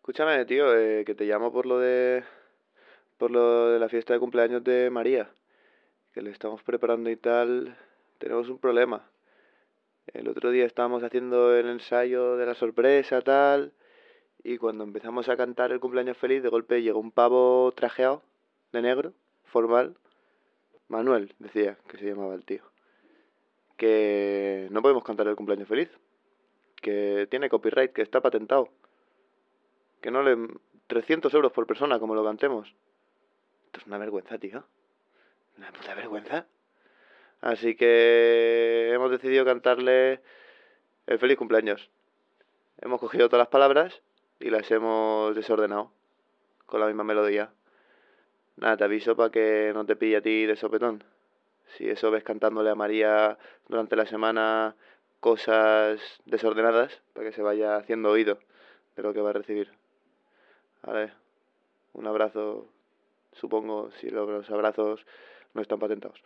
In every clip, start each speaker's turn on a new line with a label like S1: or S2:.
S1: Escúchame, tío, eh, que te llamo por lo de por lo de la fiesta de cumpleaños de María, que le estamos preparando y tal. Tenemos un problema. El otro día estábamos haciendo el ensayo de la sorpresa, tal, y cuando empezamos a cantar el cumpleaños feliz, de golpe llegó un pavo trajeado, de negro, formal. Manuel, decía, que se llamaba el tío. Que no podemos cantar el cumpleaños feliz. Que tiene copyright, que está patentado. Que no le... 300 euros por persona, como lo cantemos. Esto es una vergüenza, tío. Una puta vergüenza. Así que hemos decidido cantarle el feliz cumpleaños. Hemos cogido todas las palabras y las hemos desordenado con la misma melodía. Nada, te aviso para que no te pille a ti de sopetón. Si eso ves cantándole a María durante la semana cosas desordenadas, para que se vaya haciendo oído de lo que va a recibir. Vale, un abrazo, supongo, si los abrazos no están patentados.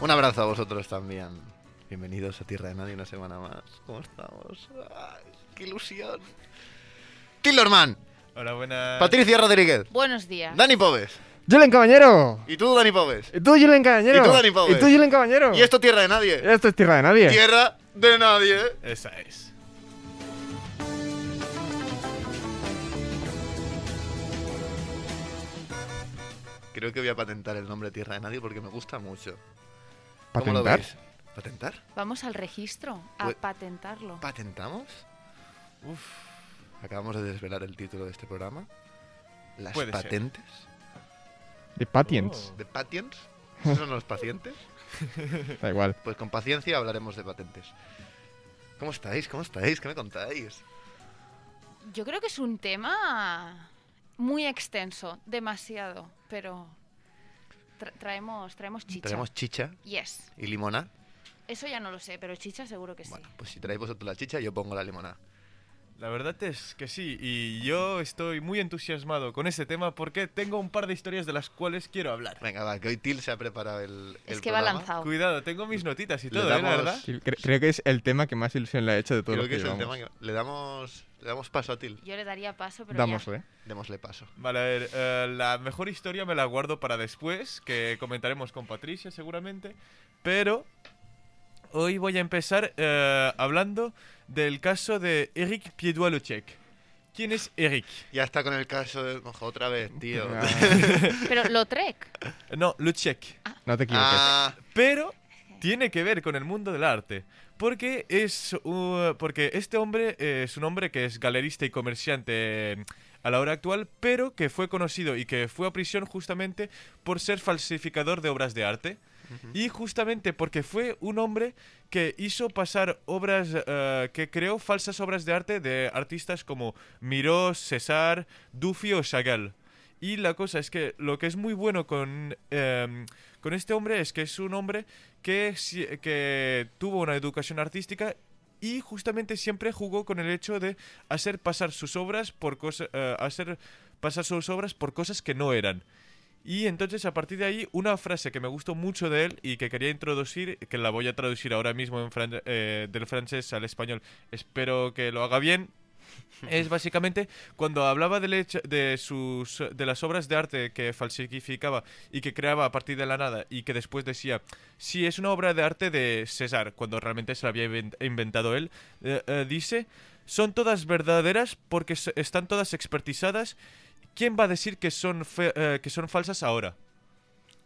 S1: Un abrazo a vosotros también. Bienvenidos a Tierra de Nadie una semana más. ¿Cómo estamos? ¡Ay, ¡Qué ilusión! Tillerman,
S2: Hola, buenas.
S1: Patricia Rodríguez,
S3: Buenos días.
S1: Dani Pobes.
S4: Julen Caballero.
S1: Y tú, Dani Pobes.
S4: Y tú, Julen Caballero.
S1: Y tú, Dani Pobes.
S4: Y tú, Julen Caballero.
S1: Y esto Tierra de Nadie.
S4: Esto es tierra de nadie.
S1: Tierra de Nadie.
S2: Esa es.
S1: Creo que voy a patentar el nombre Tierra de Nadie porque me gusta mucho. ¿Cómo lo
S4: ¿Patentar?
S1: veis? ¿Patentar?
S3: Vamos al registro a
S1: Pues-
S3: patentarlo.
S1: ¿Patentamos? Uf. Acabamos de desvelar el título de este programa. Las
S2: Puede ser.
S1: patentes.
S4: De Patients.
S1: ¿De patients? ¿Esos son los pacientes?
S4: Da igual.
S1: Pues con paciencia hablaremos de patentes. ¿Cómo estáis? ¿Cómo estáis? ¿Qué me contáis?
S3: Yo creo que es un tema muy extenso, demasiado, pero tra- traemos, traemos chicha.
S1: Traemos chicha
S3: Yes.
S1: y limona.
S3: Eso ya no lo sé, pero chicha seguro que sí.
S1: Bueno, pues si traéis vosotros la chicha, yo pongo la limonada.
S2: La verdad es que sí, y yo estoy muy entusiasmado con este tema porque tengo un par de historias de las cuales quiero hablar.
S1: Venga, va, que hoy Til se ha preparado el.
S3: es
S1: el
S3: que va
S1: programa.
S3: lanzado.
S2: Cuidado, tengo mis notitas y
S1: Le
S2: todo, ¿eh?
S1: damos-
S2: La verdad.
S4: Sí, cre- creo que es el tema que más ilusión le ha hecho de todo
S1: Creo
S4: lo
S1: que es
S4: que,
S1: el tema
S4: llevamos.
S1: que. Le damos, le damos paso a Til.
S3: Yo le daría paso, pero ya.
S4: Dámosle.
S1: Démosle paso.
S2: Vale, a ver, eh, la mejor historia me la guardo para después, que comentaremos con Patricia seguramente, pero hoy voy a empezar eh, hablando del caso de Eric Piedualochek. ¿Quién es Eric?
S1: Ya está con el caso de. Ojo, otra vez, tío.
S4: Ah,
S3: Pero lo trek.
S2: No, Luchek.
S4: no te equivoques.
S1: Ah,
S2: pero tiene que ver con el mundo del arte. Porque es uh, porque este hombre eh, es un hombre que es galerista y comerciante eh, a la hora actual, pero que fue conocido y que fue a prisión justamente por ser falsificador de obras de arte. Y justamente porque fue un hombre que hizo pasar obras, eh, que creó falsas obras de arte de artistas como Miró, César, Duffy o Chagall. Y la cosa es que lo que es muy bueno con, em, con este hombre es que es un hombre que, si- que tuvo una educación artística y justamente siempre jugó con el hecho de hacer pasar sus obras por cosas hacer pasar sus obras por cosas que no eran. Y entonces a partir de ahí una frase que me gustó mucho de él y que quería introducir, que la voy a traducir ahora mismo en fran- eh, del francés al español, espero que lo haga bien, es básicamente cuando hablaba del hecho- de, sus, de las obras de arte que falsificaba y que creaba a partir de la nada y que después decía, sí, es una obra de arte de César, cuando realmente se la había inven- inventado él, eh, eh, dice, son todas verdaderas porque s- están todas expertizadas. ¿Quién va a decir que son, fe- eh, que son falsas ahora?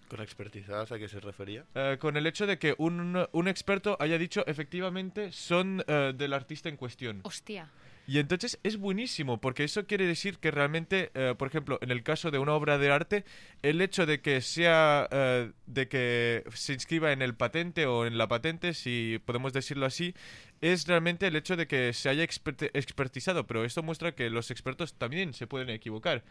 S1: con expertizadas a qué se refería.
S2: Eh, con el hecho de que un, un experto haya dicho efectivamente son eh, del artista en cuestión.
S3: Hostia.
S2: Y entonces es buenísimo, porque eso quiere decir que realmente, eh, por ejemplo, en el caso de una obra de arte, el hecho de que sea, eh, de que se inscriba en el patente o en la patente, si podemos decirlo así, es realmente el hecho de que se haya expert- expertizado, pero esto muestra que los expertos también se pueden equivocar.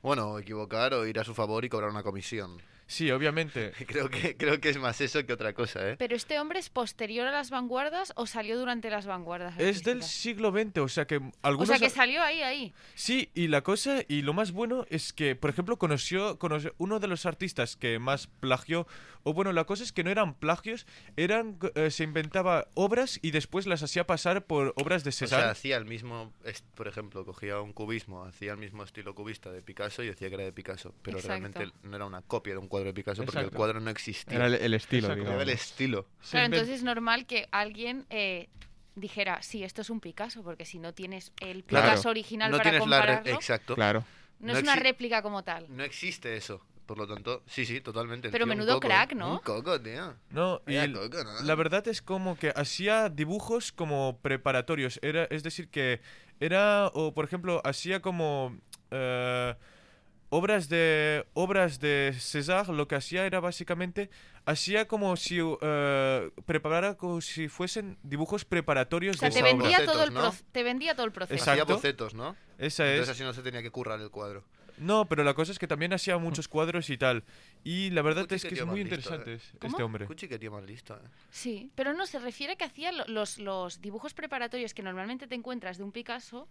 S1: Bueno, o equivocar o ir a su favor y cobrar una comisión.
S2: Sí, obviamente.
S5: Creo que, creo que es más eso que otra cosa, ¿eh?
S3: Pero este hombre es posterior a las vanguardas o salió durante las vanguardas.
S2: Es del
S3: artísticas?
S2: siglo XX, o sea que
S3: O
S2: algunos...
S3: sea, que salió ahí, ahí.
S2: Sí, y la cosa, y lo más bueno es que, por ejemplo, conoció, conoció- uno de los artistas que más plagió, o bueno, la cosa es que no eran plagios, eran, eh, se inventaba obras y después las hacía pasar por obras de
S5: O sea,
S2: César.
S5: hacía el mismo, est- por ejemplo, cogía un cubismo, hacía el mismo estilo cubista de Picasso y decía que era de Picasso, pero
S3: Exacto.
S5: realmente no era una copia, era un cuadro de Picasso porque el
S2: Exacto.
S5: cuadro no existía.
S4: Era el, el estilo,
S2: Exacto.
S5: Era
S4: digamos.
S5: el estilo.
S2: Se
S3: Claro,
S2: inven-
S3: entonces es normal que alguien eh, dijera, sí, esto es un Picasso, porque si no tienes el
S5: Claro.
S3: Picasso original
S5: no
S3: para
S5: tienes la re-
S3: compararlo,
S5: Exacto.
S4: Claro.
S3: no
S5: no
S3: es una
S5: exi-
S3: réplica como tal.
S5: No existe eso. Por lo tanto, sí, sí, totalmente. el
S3: Pero
S5: tío un
S3: menudo
S5: coco,
S3: crack, ¿no?
S5: Un coco, tío.
S2: No, y
S5: Era
S2: el-
S5: coco, ¿no?
S2: la verdad es como que hacía dibujos como preparatorios, era, es decir, que era, o por ejemplo, hacía como eh, obras de obras de César, lo que hacía era básicamente, hacía como si eh, preparara como si fuesen dibujos preparatorios
S3: O sea,
S2: de
S3: te
S2: esa obra.
S3: vendía,
S5: Bocetos,
S3: todo el
S5: ¿no?
S3: proce- te vendía todo el proceso.
S2: Exacto.
S5: Hacía bocetos, ¿no?
S2: Esa
S5: Entonces
S2: es.
S5: así no se tenía que currar el cuadro.
S2: No, pero la cosa es que también hacía muchos cuadros y tal. Y la verdad
S5: Escuche
S2: es
S5: que
S2: que es
S5: tío
S2: muy
S5: más listo,
S2: interesante es- este
S3: ¿Cómo?
S2: hombre.
S5: Cuchi que tío más listo, ¿eh?
S3: Sí, pero no, se refiere que hacía lo- los, los dibujos preparatorios que normalmente te encuentras de un Picasso.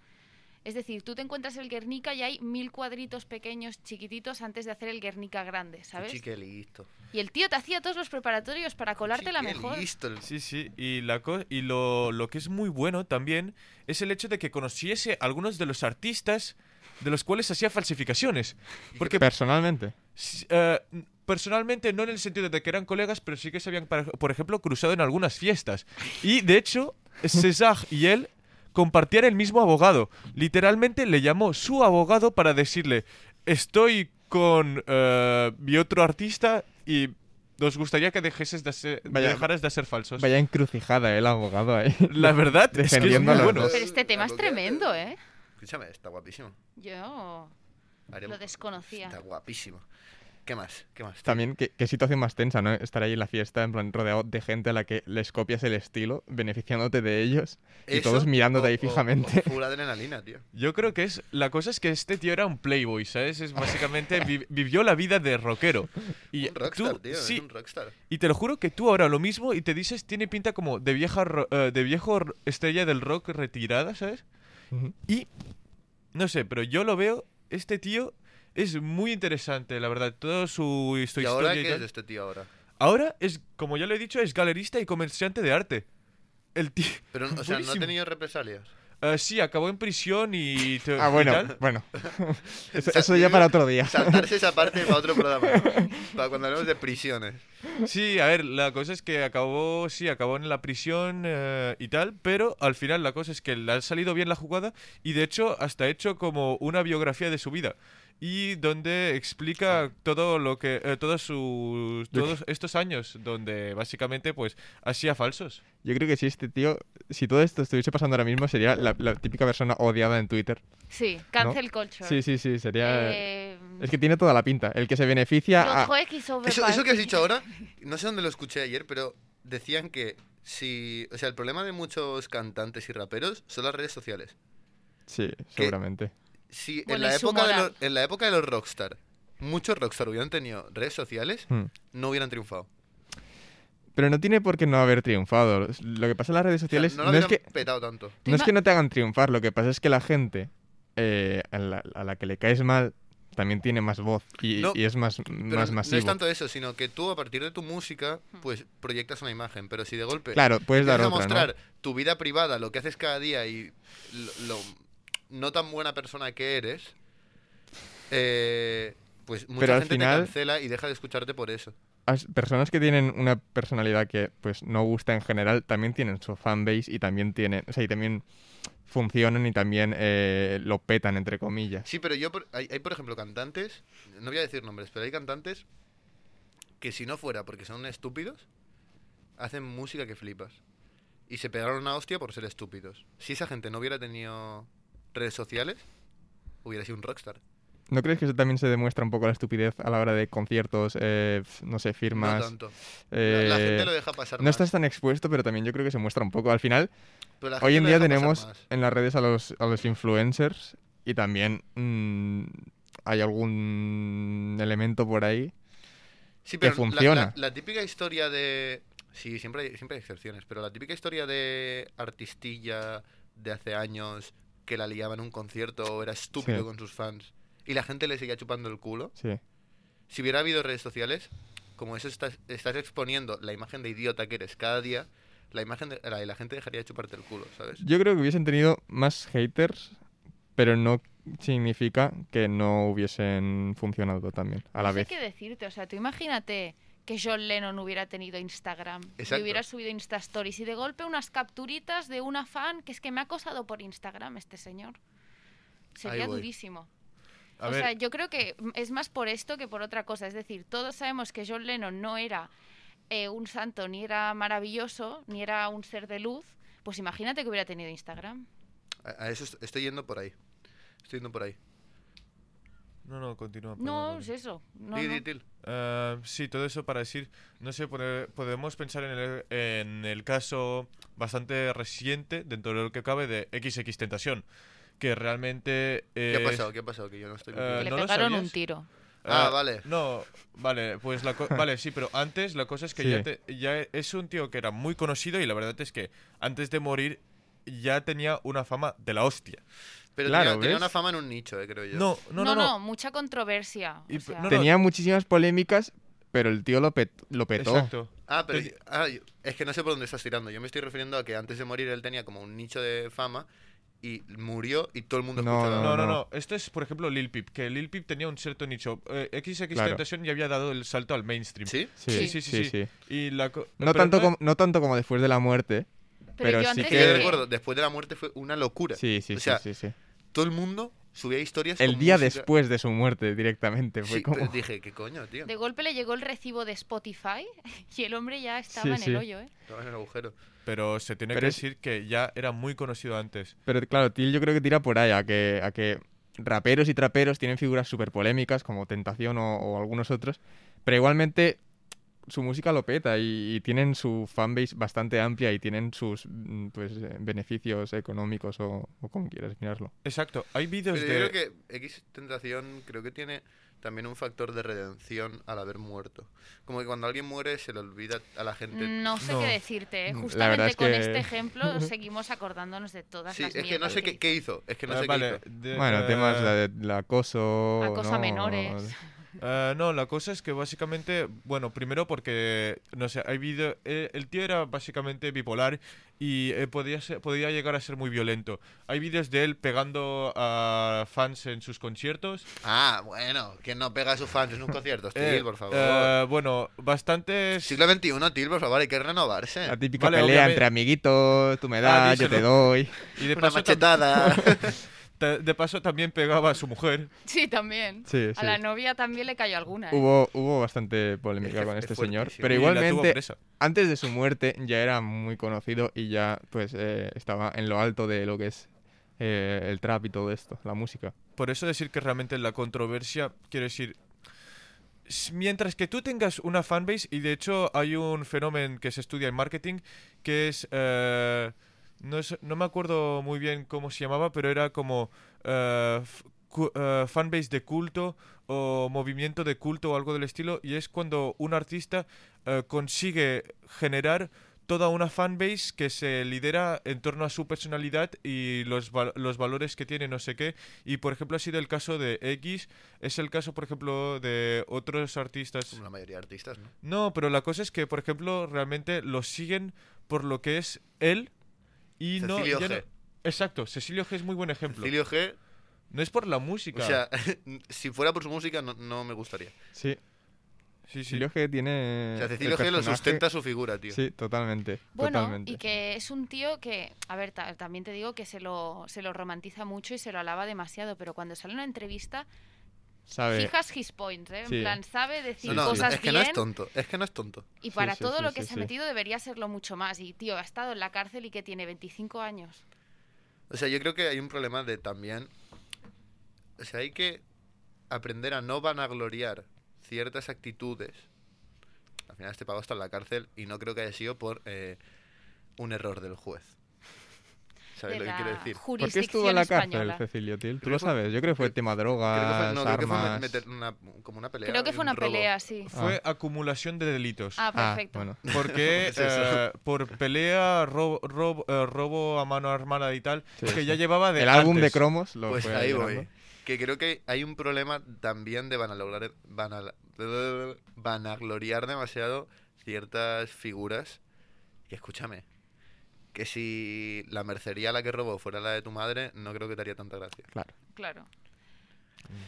S3: Es decir, tú te encuentras el Guernica y hay mil cuadritos pequeños, chiquititos, antes de hacer el Guernica grande, ¿sabes?
S5: Cuchi que listo.
S3: Y el tío te hacía todos los preparatorios para colarte la
S5: Cuchi que
S3: mejor.
S5: listo el-
S2: Sí, sí, y, la co- y lo, lo que es muy bueno también es el hecho de que conociese a algunos de los artistas de los cuales hacía falsificaciones. Porque
S4: Personalmente.
S2: s- eh, personalmente no en el sentido de que eran colegas, pero sí que se habían, par- por ejemplo, cruzado en algunas fiestas. Y de hecho, César y él compartían el mismo abogado. Literalmente le llamó su abogado para decirle, estoy con eh, mi otro artista y... Nos gustaría que dejeses de hacer-
S4: Vaya-
S2: dejaras de hacer falsos.
S4: Vaya encrucijada ¿eh? el abogado ahí.
S2: La verdad es que es muy
S4: Defendiendo a los
S2: bueno.
S4: dos.
S3: Pero este tema es
S5: Abogado.
S3: tremendo, ¿eh?
S5: Escúchame, está guapísimo.
S3: Yo
S5: Haremos-
S3: lo desconocía.
S5: Está guapísimo. ¿Qué más? ¿Qué más?
S4: También, qué, qué situación más tensa, ¿no? Estar ahí en la fiesta, en plan, rodeado de gente a la que les copias el estilo, beneficiándote de ellos, y
S5: Eso
S4: todos mirándote
S5: o-
S4: ahí
S5: o-
S4: fijamente.
S5: o full adrenalina, tío.
S2: Yo creo que es. La cosa es que este tío era un playboy, ¿sabes? Es básicamente. vi- vivió la vida de rockero. Y
S5: un rockstar,
S2: tú.
S5: tío.
S2: sí,
S5: Es un rockstar.
S2: y te lo juro que tú ahora lo mismo y te dices, tiene pinta como de vieja ro- eh, de viejo r- estrella del rock retirada, ¿sabes?
S4: Ujú.
S2: Y. No sé, pero yo lo veo. Este tío es muy interesante, la verdad. Toda su, histo-
S5: ¿Y
S2: historia.
S5: ahora qué
S2: y tal.
S5: es de este tío ahora?
S2: Ahora es, como ya lo he dicho, es galerista y comerciante de arte. El tío.
S5: Pero, o sea, no ha
S2: Buenísimo.
S5: tenido represalias.
S2: Eh, sí, acabó en prisión y. te-
S4: Ah,
S2: y
S4: bueno,
S2: tal.
S4: bueno. Eso,
S5: O sea,
S4: eso ya para otro día.
S5: Saltarse esa parte para otro programa. para cuando hablemos de prisiones.
S2: Sí, a ver, la cosa es que acabó, sí, acabó en la prisión eh, y tal, pero al final la cosa es que le ha salido bien la jugada y de hecho hasta ha hecho como una biografía de su vida y donde explica todo lo que eh, todos sus todos estos años donde básicamente pues hacía falsos.
S4: Yo creo que si este tío, si todo esto estuviese pasando ahora mismo, sería la, la típica persona odiada en Twitter.
S3: Sí, cancel culture.
S4: Sí, sí, sí, sería...
S3: Eh,
S4: Es que ah, tiene toda la pinta. El que se beneficia...
S3: los
S4: a-
S3: juegues over
S5: Eso, eso que has
S3: party.
S5: dicho ahora, no sé dónde lo escuché ayer, pero decían que si. O sea, el problema de muchos cantantes y raperos son las redes sociales.
S4: Sí, seguramente.
S5: Si en,
S3: Bueno,
S5: la
S3: y su
S5: época de
S3: moral.
S5: los, en la época de los rockstar, muchos rockstar hubieran tenido redes sociales,
S4: Hmm.
S5: no hubieran triunfado.
S4: Pero no tiene por qué no haber triunfado. Lo que pasa en las redes
S5: O sea,
S4: sociales
S5: no lo
S4: no es
S5: hubieran
S4: que...
S5: petado tanto.
S3: Tú
S4: No es
S3: ima-
S4: que no te hagan triunfar, lo que pasa es que la gente eh, a, la, a la que le caes mal también tiene más voz y,
S5: No,
S4: y es más,
S5: Pero
S4: más
S5: no-
S4: masivo.
S5: no es tanto eso, sino que tú a partir de tu música, pues proyectas una imagen, pero si de golpe
S4: claro, puedes dar
S5: Empiezas a
S4: otra, ¿no?
S5: mostrar tu vida privada, lo que haces cada día y lo, lo no tan buena persona que eres, eh, pues mucha
S4: Pero al
S5: gente
S4: final-
S5: te cancela y deja de escucharte por eso.
S4: As- Personas que tienen una personalidad que pues no gusta en general también tienen su fanbase y también tienen, o sea, y también funcionan y también eh, lo petan entre comillas.
S5: Sí, pero yo, por- hay, hay, por ejemplo cantantes, no voy a decir nombres, pero hay cantantes que si no fuera porque son estúpidos, hacen música que flipas. Y se pegaron una hostia por ser estúpidos. Si esa gente no hubiera tenido redes sociales, hubiera sido un rockstar.
S4: ¿No crees que eso también se demuestra un poco la estupidez a la hora de conciertos, eh, f- no sé, firmas?
S5: No tanto. La- la, gente
S4: eh,
S5: lo deja pasar
S4: no
S5: más.
S4: estás tan expuesto, pero también yo creo que se muestra un poco. Al final,
S5: pero la
S4: Hoy
S5: gente
S4: en
S5: lo
S4: día
S5: deja pasar
S4: tenemos
S5: más.
S4: en las redes a los, a los influencers y también mm, hay algún elemento por ahí
S5: Sí,
S4: que
S5: pero la- la-
S4: funciona.
S5: La, típica historia de. Sí, siempre hay, siempre hay excepciones, pero la típica historia de artistilla de hace años que la liaba en un concierto o era estúpido
S4: Sí.
S5: con sus fans y la gente le seguía chupando el culo.
S4: Sí.
S5: Si hubiera habido redes sociales, como eso estás, estás exponiendo la imagen de idiota que eres cada día, la imagen de la, la gente dejaría de chuparte el culo, ¿sabes?
S4: Yo creo que hubiesen tenido más haters, pero no significa que no hubiesen funcionado también a la
S3: no sé
S4: vez.
S3: qué decirte, o sea, tú imagínate que John Lennon hubiera tenido Instagram y
S5: Exacto.
S3: hubiera subido Insta Stories y de golpe unas capturitas de una fan que es que me ha acosado por Instagram este señor. Sería
S5: voy.
S3: durísimo.
S2: A
S3: o
S2: ver,
S3: sea, yo creo que es más por esto que por otra cosa. Es decir, todos sabemos que John Lennon no era eh, un santo, ni era maravilloso, ni era un ser de luz. Pues imagínate que hubiera tenido Instagram.
S5: A, a eso est- estoy yendo por ahí. Estoy yendo por ahí.
S2: no, no, continúa.
S3: No,
S2: perdón,
S3: es
S2: Dani.
S3: eso. No,
S5: Di,
S3: no.
S5: di, til.
S2: Ah, sí, todo eso para decir, no sé, pone- podemos pensar en el, en el caso bastante reciente, dentro de lo que cabe, de XX Tentación, que realmente...
S5: ¿Qué ha
S2: es-
S5: pasado? ¿Qué ha pasado? Que yo no estoy.
S2: eh,
S3: Que
S5: leyendo.
S3: le
S2: ¿no lo
S3: pegaron
S2: sabías?
S3: un tiro.
S5: Ah,
S2: Ah,
S5: vale.
S2: No, vale, pues la co- vale, sí, pero antes la cosa es que
S4: Sí.
S2: ya, te- ya es un tío que era muy conocido y la verdad es que antes de morir ya tenía una fama de la hostia.
S5: Pero
S4: Claro,
S5: tenía, tenía
S4: ¿ves?
S5: una fama en un nicho, eh, creo yo.
S2: No, no, no, no.
S3: mucha controversia.
S2: Y
S3: o
S2: pe-
S3: sea.
S2: no, no,
S4: Tenía muchísimas polémicas, pero el tío lo, pet- lo petó.
S2: Exacto.
S5: Ah, pero
S2: Teni-
S5: ah, yo- es que no sé por dónde estás tirando. Yo me estoy refiriendo a que antes de morir él tenía como un nicho de fama y murió y todo el mundo
S4: No,
S5: escuchaba.
S2: No, no,
S4: no.
S2: no. Esto es, por ejemplo, Lil Peep, que Lil Peep tenía un cierto nicho. Eh, XX
S4: Claro.
S2: Tentación ya había dado el salto al mainstream.
S5: ¿Sí?
S4: Sí,
S3: Sí,
S4: sí, sí.
S2: sí, sí. Y la co- pero
S4: No, tanto como, no tanto como después de la muerte. pero
S3: yo
S4: sí
S3: antes
S5: Que
S4: que-
S5: yo
S3: de-
S5: recuerdo, después de la muerte fue una locura.
S4: Sí, sí,
S5: o
S4: sí,
S5: sea,
S4: sí, sí.
S5: todo el mundo subía historias.
S4: El
S5: con
S4: día
S5: música-
S4: después de su muerte directamente. Fue
S5: Sí,
S4: como...
S5: pero dije, ¿qué coño, tío?
S3: de golpe le llegó el recibo de Spotify y el hombre ya estaba
S4: Sí,
S3: en
S4: sí.
S3: el hoyo, ¿eh?
S5: Estaba en el agujero.
S2: Pero se tiene
S4: Pero
S2: que
S4: es-
S2: decir que ya era muy conocido antes.
S4: Pero claro, Till yo creo que tira por ahí, a que, a que raperos y traperos tienen figuras súper polémicas, como Tentación o, o algunos otros, pero igualmente su música lo peta y, y tienen su fanbase bastante amplia y tienen sus mm, pues, eh, beneficios económicos o, o como quieras mirarlo.
S2: Exacto. Hay vídeos
S5: Pero
S2: de...
S5: yo creo que X Tentación creo que tiene también un factor de redención al haber muerto. Como que cuando alguien muere se le olvida a la gente.
S3: Mm, No sé
S2: No.
S3: qué decirte, ¿eh?
S4: La
S3: Justamente
S4: verdad es
S3: con
S4: que-
S3: este ejemplo seguimos acordándonos de todas
S5: sí,
S3: las
S5: es que no
S3: mierdas
S5: sé qué, qué hizo. Es que no
S4: Eh,
S2: Ah,
S5: sé
S2: vale,
S5: qué hizo.
S2: de-
S4: bueno,
S2: eh,
S4: temas de, de acoso...
S3: Acoso a
S4: ¿no?
S3: menores.
S2: Eh, no, la cosa es que básicamente, bueno, primero porque, no sé, hay vídeo, eh, el tío era básicamente bipolar y eh, podía, ser- podía llegar a ser muy violento. Hay vídeos de él pegando a fans en sus conciertos.
S5: Ah, bueno, que no pega a sus fans en un concierto,
S2: Eh,
S5: Til, por favor.
S2: eh, bueno, bastantes...
S5: Siglo XXI, Til, por favor, hay que renovarse.
S4: La típica
S2: Vale,
S4: pelea
S2: obviamente- Ah,
S4: entre amiguitos, tú me das, yo te
S2: díselo.
S4: doy.
S2: Y de
S5: Una
S2: paso, tam-
S5: machetada.
S2: ta- de paso también pegaba a su mujer.
S3: Sí, también.
S4: Sí,
S3: A
S4: sí.
S3: la novia también le cayó alguna. ¿eh?
S4: Hubo, hubo bastante
S5: Es
S4: polémica
S5: que
S4: con
S5: es
S4: este
S5: fuertísimo.
S4: señor, pero
S2: y la tuvo
S4: igualmente
S2: presa.
S4: antes de su muerte ya era muy conocido y ya pues eh, estaba en lo alto de lo que es eh, el trap y todo esto, la música.
S2: Por eso decir que realmente la controversia, quiero decir, s- mientras que tú tengas una fanbase, y de hecho hay un fenómeno que se estudia en marketing, que es, eh, no, es- no me acuerdo muy bien cómo se llamaba, pero era como eh, f- cu- eh, fanbase de culto o movimiento de culto o algo del estilo, y es cuando un artista eh, consigue generar toda una fanbase que se lidera en torno a su personalidad y los, val- los valores que tiene, no sé qué. Y por ejemplo ha sido el caso de X, es el caso por ejemplo de otros artistas.
S5: Como la mayoría de artistas, ¿no?
S2: No, pero la cosa es que por ejemplo realmente lo siguen por lo que es él y no-
S5: Cecilio
S2: ya no...
S5: G.
S2: Exacto, Cecilio G es muy buen ejemplo.
S5: Cecilio G,
S2: No es por la música.
S5: o sea, si fuera por su música, no, no me gustaría.
S4: Sí,
S2: sí, sí.
S4: Cecilio G tiene...
S5: O sea,
S4: Eh, el
S5: Cecilio G lo
S4: personaje-
S5: sustenta su figura, tío.
S4: Sí, totalmente.
S3: Bueno,
S4: totalmente.
S3: y que es un tío que, a ver, ta- también te digo que se lo, se lo romantiza mucho y se lo alaba demasiado, pero cuando sale una entrevista,
S4: Sabe...
S3: fijas his points, ¿eh? En
S4: sí.
S3: plan, sabe decir
S5: No, no,
S3: cosas
S5: es que
S3: bien.
S5: no es tonto. Es que no es tonto.
S3: Y
S4: Sí,
S3: para
S4: sí,
S3: todo
S4: sí,
S3: lo que
S4: sí,
S3: se ha
S4: sí.
S3: metido debería serlo mucho más. Y, tío, ha estado en la cárcel y que tiene 25 años.
S5: O sea, yo creo que hay un problema de también. O sea, hay que aprender a no vanagloriar ciertas actitudes. Al final, este pavo está en la cárcel y no creo que haya sido por eh, un error del juez. ¿sabes
S3: de
S5: lo que quiero
S3: la
S5: decir?
S4: ¿Por qué estuvo
S3: jurisdicción
S4: en la cárcel
S3: española.
S4: Cecilio Til? Tú
S5: Creo
S4: lo
S5: que fue-
S4: sabes, yo creo que fue
S5: creo-
S4: tema
S5: Creo que
S4: drogas,
S5: fue, no, creo que fue me-
S4: armas...
S5: meter una, como una pelea.
S3: Creo que
S5: y
S3: fue
S5: un
S3: una
S5: robo.
S3: pelea, sí.
S2: Fue acumulación de delitos.
S3: Ah,
S4: Ah,
S3: perfecto.
S4: bueno.
S2: Porque
S5: Es eso.
S2: eh, por pelea, robo, robo, eh, robo a mano armada y tal,
S4: Sí,
S2: que
S4: sí.
S2: ya llevaba de
S4: El álbum de
S2: antes.
S4: cromos lo
S5: Pues
S4: fue
S5: ahí
S4: llenando.
S5: voy. Que creo que hay un problema también de vanagloriar, vanal- vanagloriar demasiado ciertas figuras. Y escúchame, que si la mercería a la que robó fuera la de tu madre, no creo que te haría tanta gracia.
S4: Claro.
S3: Claro.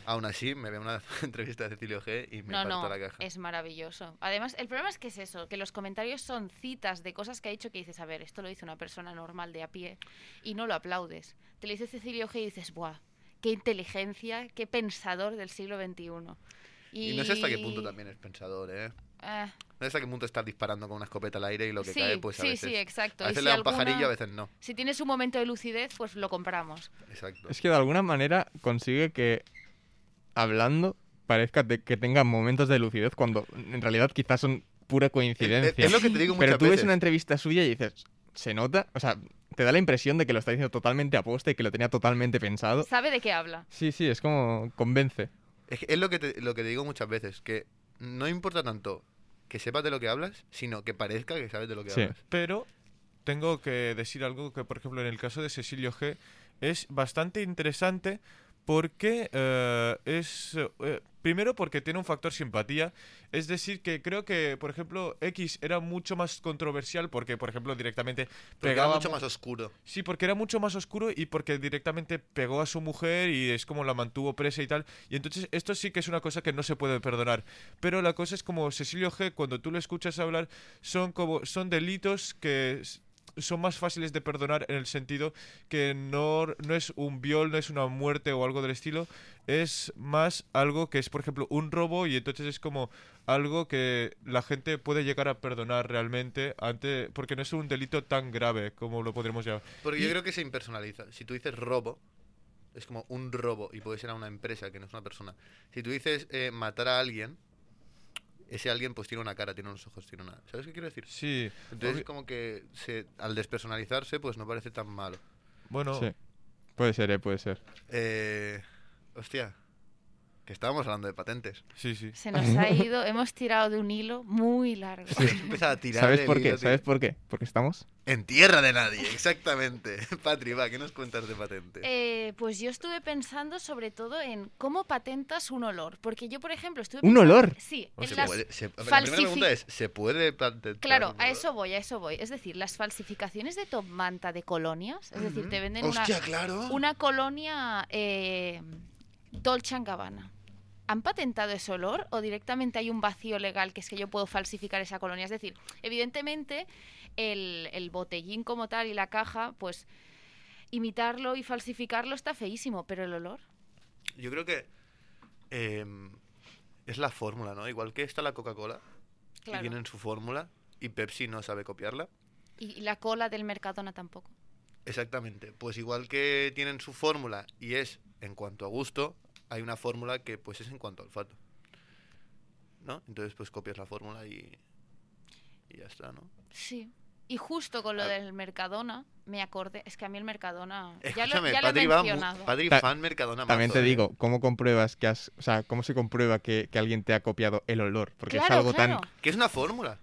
S5: Aún así, me veo una entrevista de Cecilio G y me
S3: No,
S5: parto
S3: no,
S5: la caja.
S3: es maravilloso. Además, el problema es que es eso, que los comentarios son citas de cosas que ha dicho que dices, a ver, esto lo dice una persona normal de a pie y no lo aplaudes. Te lo dice Cecilio G y dices, ¡buah! ¡Qué inteligencia, qué pensador del siglo XXI!
S5: Y... no sé hasta qué punto también es pensador, ¿eh?
S3: Ah,
S5: No sé hasta qué punto estar disparando con una escopeta al aire y lo que
S3: sí,
S5: cae, pues a
S3: sí,
S5: veces.
S3: sí, exacto.
S5: A
S3: Y
S5: veces
S3: si
S5: le da un
S3: alguna-
S5: pajarillo, a veces no.
S3: Si tienes un momento de lucidez, pues lo compramos.
S5: Exacto.
S4: Es que de alguna manera consigue que, hablando, parezca de- que tenga momentos de lucidez cuando en realidad quizás son pura coincidencia.
S5: Es, es lo que te digo
S4: Pero
S5: muchas
S4: tú ves
S5: veces.
S4: una entrevista suya y dices, se nota, o sea, te da la impresión de que lo está diciendo totalmente aposta y que lo tenía totalmente pensado.
S3: ¿Sabe de qué habla?
S4: Sí, sí, es como convence.
S5: Es, que es lo, que te, lo que te digo muchas veces, que no importa tanto que sepas de lo que hablas, sino que parezca que sabes de lo que
S4: Sí.
S5: hablas.
S2: Pero tengo que decir algo que, por ejemplo, en el caso de Cecilio G es bastante interesante porque eh, es... eh, primero porque tiene un factor simpatía. Es decir, que creo que, por ejemplo, X era mucho más controversial porque, por ejemplo, directamente
S5: Porque era
S2: pegaba...
S5: mucho
S2: mu-
S5: más oscuro.
S2: Sí, porque era mucho más oscuro y porque directamente pegó a su mujer y es como la mantuvo presa y tal. Y entonces esto sí que es una cosa que no se puede perdonar. Pero la cosa es como Cecilio G, cuando tú lo escuchas hablar, son como son delitos que s- son más fáciles de perdonar en el sentido que no, no es un viol, no es una muerte o algo del estilo, es más algo que es, por ejemplo, un robo y entonces es como algo que la gente puede llegar a perdonar realmente ante, porque no es un delito tan grave como lo podríamos llamar.
S5: Porque yo creo que se impersonaliza. Si tú dices robo, es como un robo y puede ser a una empresa que no es una persona. Si tú dices eh, matar a alguien, ese alguien pues tiene una cara, tiene unos ojos, tiene una... ¿Sabes qué quiero decir?
S2: Sí,
S5: Entonces
S2: obvi-
S5: como que se, al despersonalizarse pues no parece tan malo.
S2: bueno,
S4: Sí. Puede ser, eh, puede ser.
S5: Eh, hostia, que estábamos hablando de patentes.
S2: sí, sí.
S3: Se nos ha ido, hemos tirado de un hilo muy largo.
S5: Empezaba a tirar
S4: ¿Sabes
S5: el
S4: por qué?
S5: hilo, tío.
S4: ¿Sabes por qué? Porque estamos...
S5: En tierra de nadie, exactamente. Patri, va, ¿qué nos cuentas de patente?
S3: Eh, pues yo estuve pensando sobre todo en cómo patentas un olor. Porque yo, por ejemplo, estuve
S4: ¿Un
S3: pensando-
S4: olor?
S3: Sí,
S2: O
S3: en
S5: Oh, Se
S3: las-
S5: puede- se- la
S3: falsifi-
S5: primera pregunta es, ¿se puede patentar? un
S3: Claro, a
S5: olor?
S3: eso voy, a eso voy. Es decir, las falsificaciones de top manta de colonias, es decir, te venden una,
S5: Hostia, claro.
S3: una colonia eh, Dolce Gabbana. ¿Han patentado ese olor o directamente hay un vacío legal que es que yo puedo falsificar esa colonia? Es decir, evidentemente el, el botellín como tal y la caja, pues imitarlo y falsificarlo está feísimo, pero el olor...
S5: Yo creo que em, es la fórmula, ¿no? Igual que está la Coca-Cola,
S3: Claro.
S5: que tienen su fórmula y Pepsi no sabe copiarla.
S3: Y la cola del Mercadona tampoco.
S5: Exactamente. Pues igual que tienen su fórmula y es en cuanto a gusto, hay una fórmula que pues es en cuanto a olfato. ¿No? Entonces pues copias la fórmula y, y ya está, ¿no?
S3: Sí. Y justo con lo
S4: Ah.
S5: A-
S3: del Mercadona me acordé. Es que a mí el Mercadona. Ya lo,
S5: Escúchame,
S3: ya lo he
S5: Patri va mu-
S3: mencionado.
S5: Patri
S4: Ta-
S5: fan Mercadona
S4: También
S5: mazo,
S4: te
S5: ¿eh?
S4: digo, ¿cómo compruebas que has... O sea, ¿cómo se comprueba que, que alguien te ha copiado el olor? Porque es
S3: Claro,
S4: algo
S3: claro.
S4: tan...
S5: Que es una fórmula.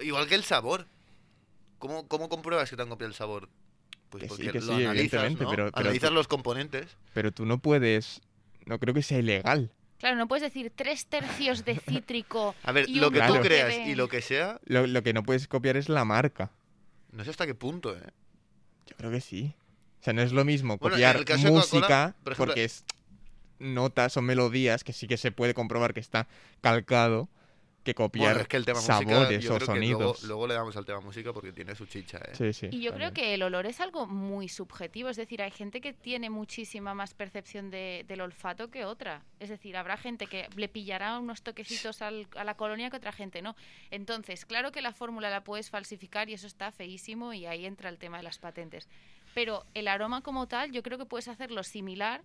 S5: Igual que el sabor. ¿Cómo, cómo compruebas que te han copiado el sabor? Pues
S4: Que sí,
S5: porque
S4: que
S5: lo
S4: sí,
S5: analizas,
S4: evidentemente,
S5: ¿no?
S4: pero- pero
S5: analizas
S4: tú-
S5: los componentes.
S4: Pero tú no puedes... No creo que sea ilegal.
S3: Claro, no puedes decir tres tercios de cítrico.
S5: A ver,
S3: y
S5: lo
S3: un
S5: que tú
S3: toque
S5: creas
S3: de-
S5: y lo que sea,
S4: Lo, lo que no puedes copiar es la marca.
S5: no sé hasta qué punto, ¿eh?
S4: Yo creo que sí. O sea, no es lo mismo
S5: Bueno, en
S4: copiar
S5: el caso de Coca-Cola,
S4: música
S5: por ejemplo-
S4: porque es notas o melodías que sí que se puede comprobar que está calcado que copiar
S5: Bueno, es que el tema música,
S4: sabores
S5: yo
S4: o
S5: creo que luego,
S4: sonidos.
S5: luego le damos al tema música porque tiene su chicha, ¿eh?
S4: Sí, sí.
S3: Y yo creo
S4: también.
S3: que el olor es algo muy subjetivo. Es decir, hay gente que tiene muchísima más percepción de- del olfato que otra. Es decir, habrá gente que le pillará unos toquecitos al- a la colonia que otra gente no. Entonces, claro que la fórmula la puedes falsificar y eso está feísimo y ahí entra el tema de las patentes. Pero el aroma como tal, yo creo que puedes hacerlo similar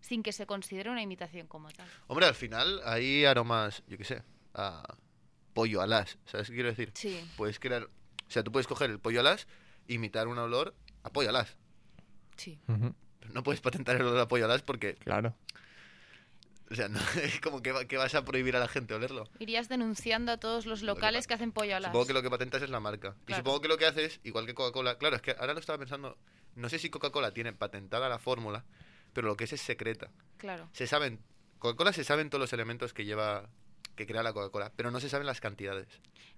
S3: sin que se considere una imitación como tal.
S5: Hombre, al final hay aromas, yo qué sé, a pollo alas, ¿sabes qué quiero decir?
S3: Sí.
S5: Puedes crear, o sea, tú puedes coger el pollo alas, imitar un olor a pollo alas,
S3: Sí.
S4: Ujú,
S5: Pero no puedes patentar el olor a pollo alas porque,
S4: Claro.
S5: o sea, no, es como que, va- que vas a prohibir a la gente olerlo.
S3: Irías denunciando a todos los
S5: Lo que
S3: locales
S5: pasa.
S3: que hacen pollo a las.
S5: Supongo que lo que patentas es la marca. Y
S3: Claro.
S5: supongo que lo que haces, igual que Coca-Cola, claro, es que ahora lo estaba pensando, no sé si Coca-Cola tiene patentada la fórmula, pero lo que es es secreta.
S3: Claro.
S5: Se saben, Coca-Cola se saben todos los elementos que lleva, que crea la Coca-Cola, pero no se saben las cantidades.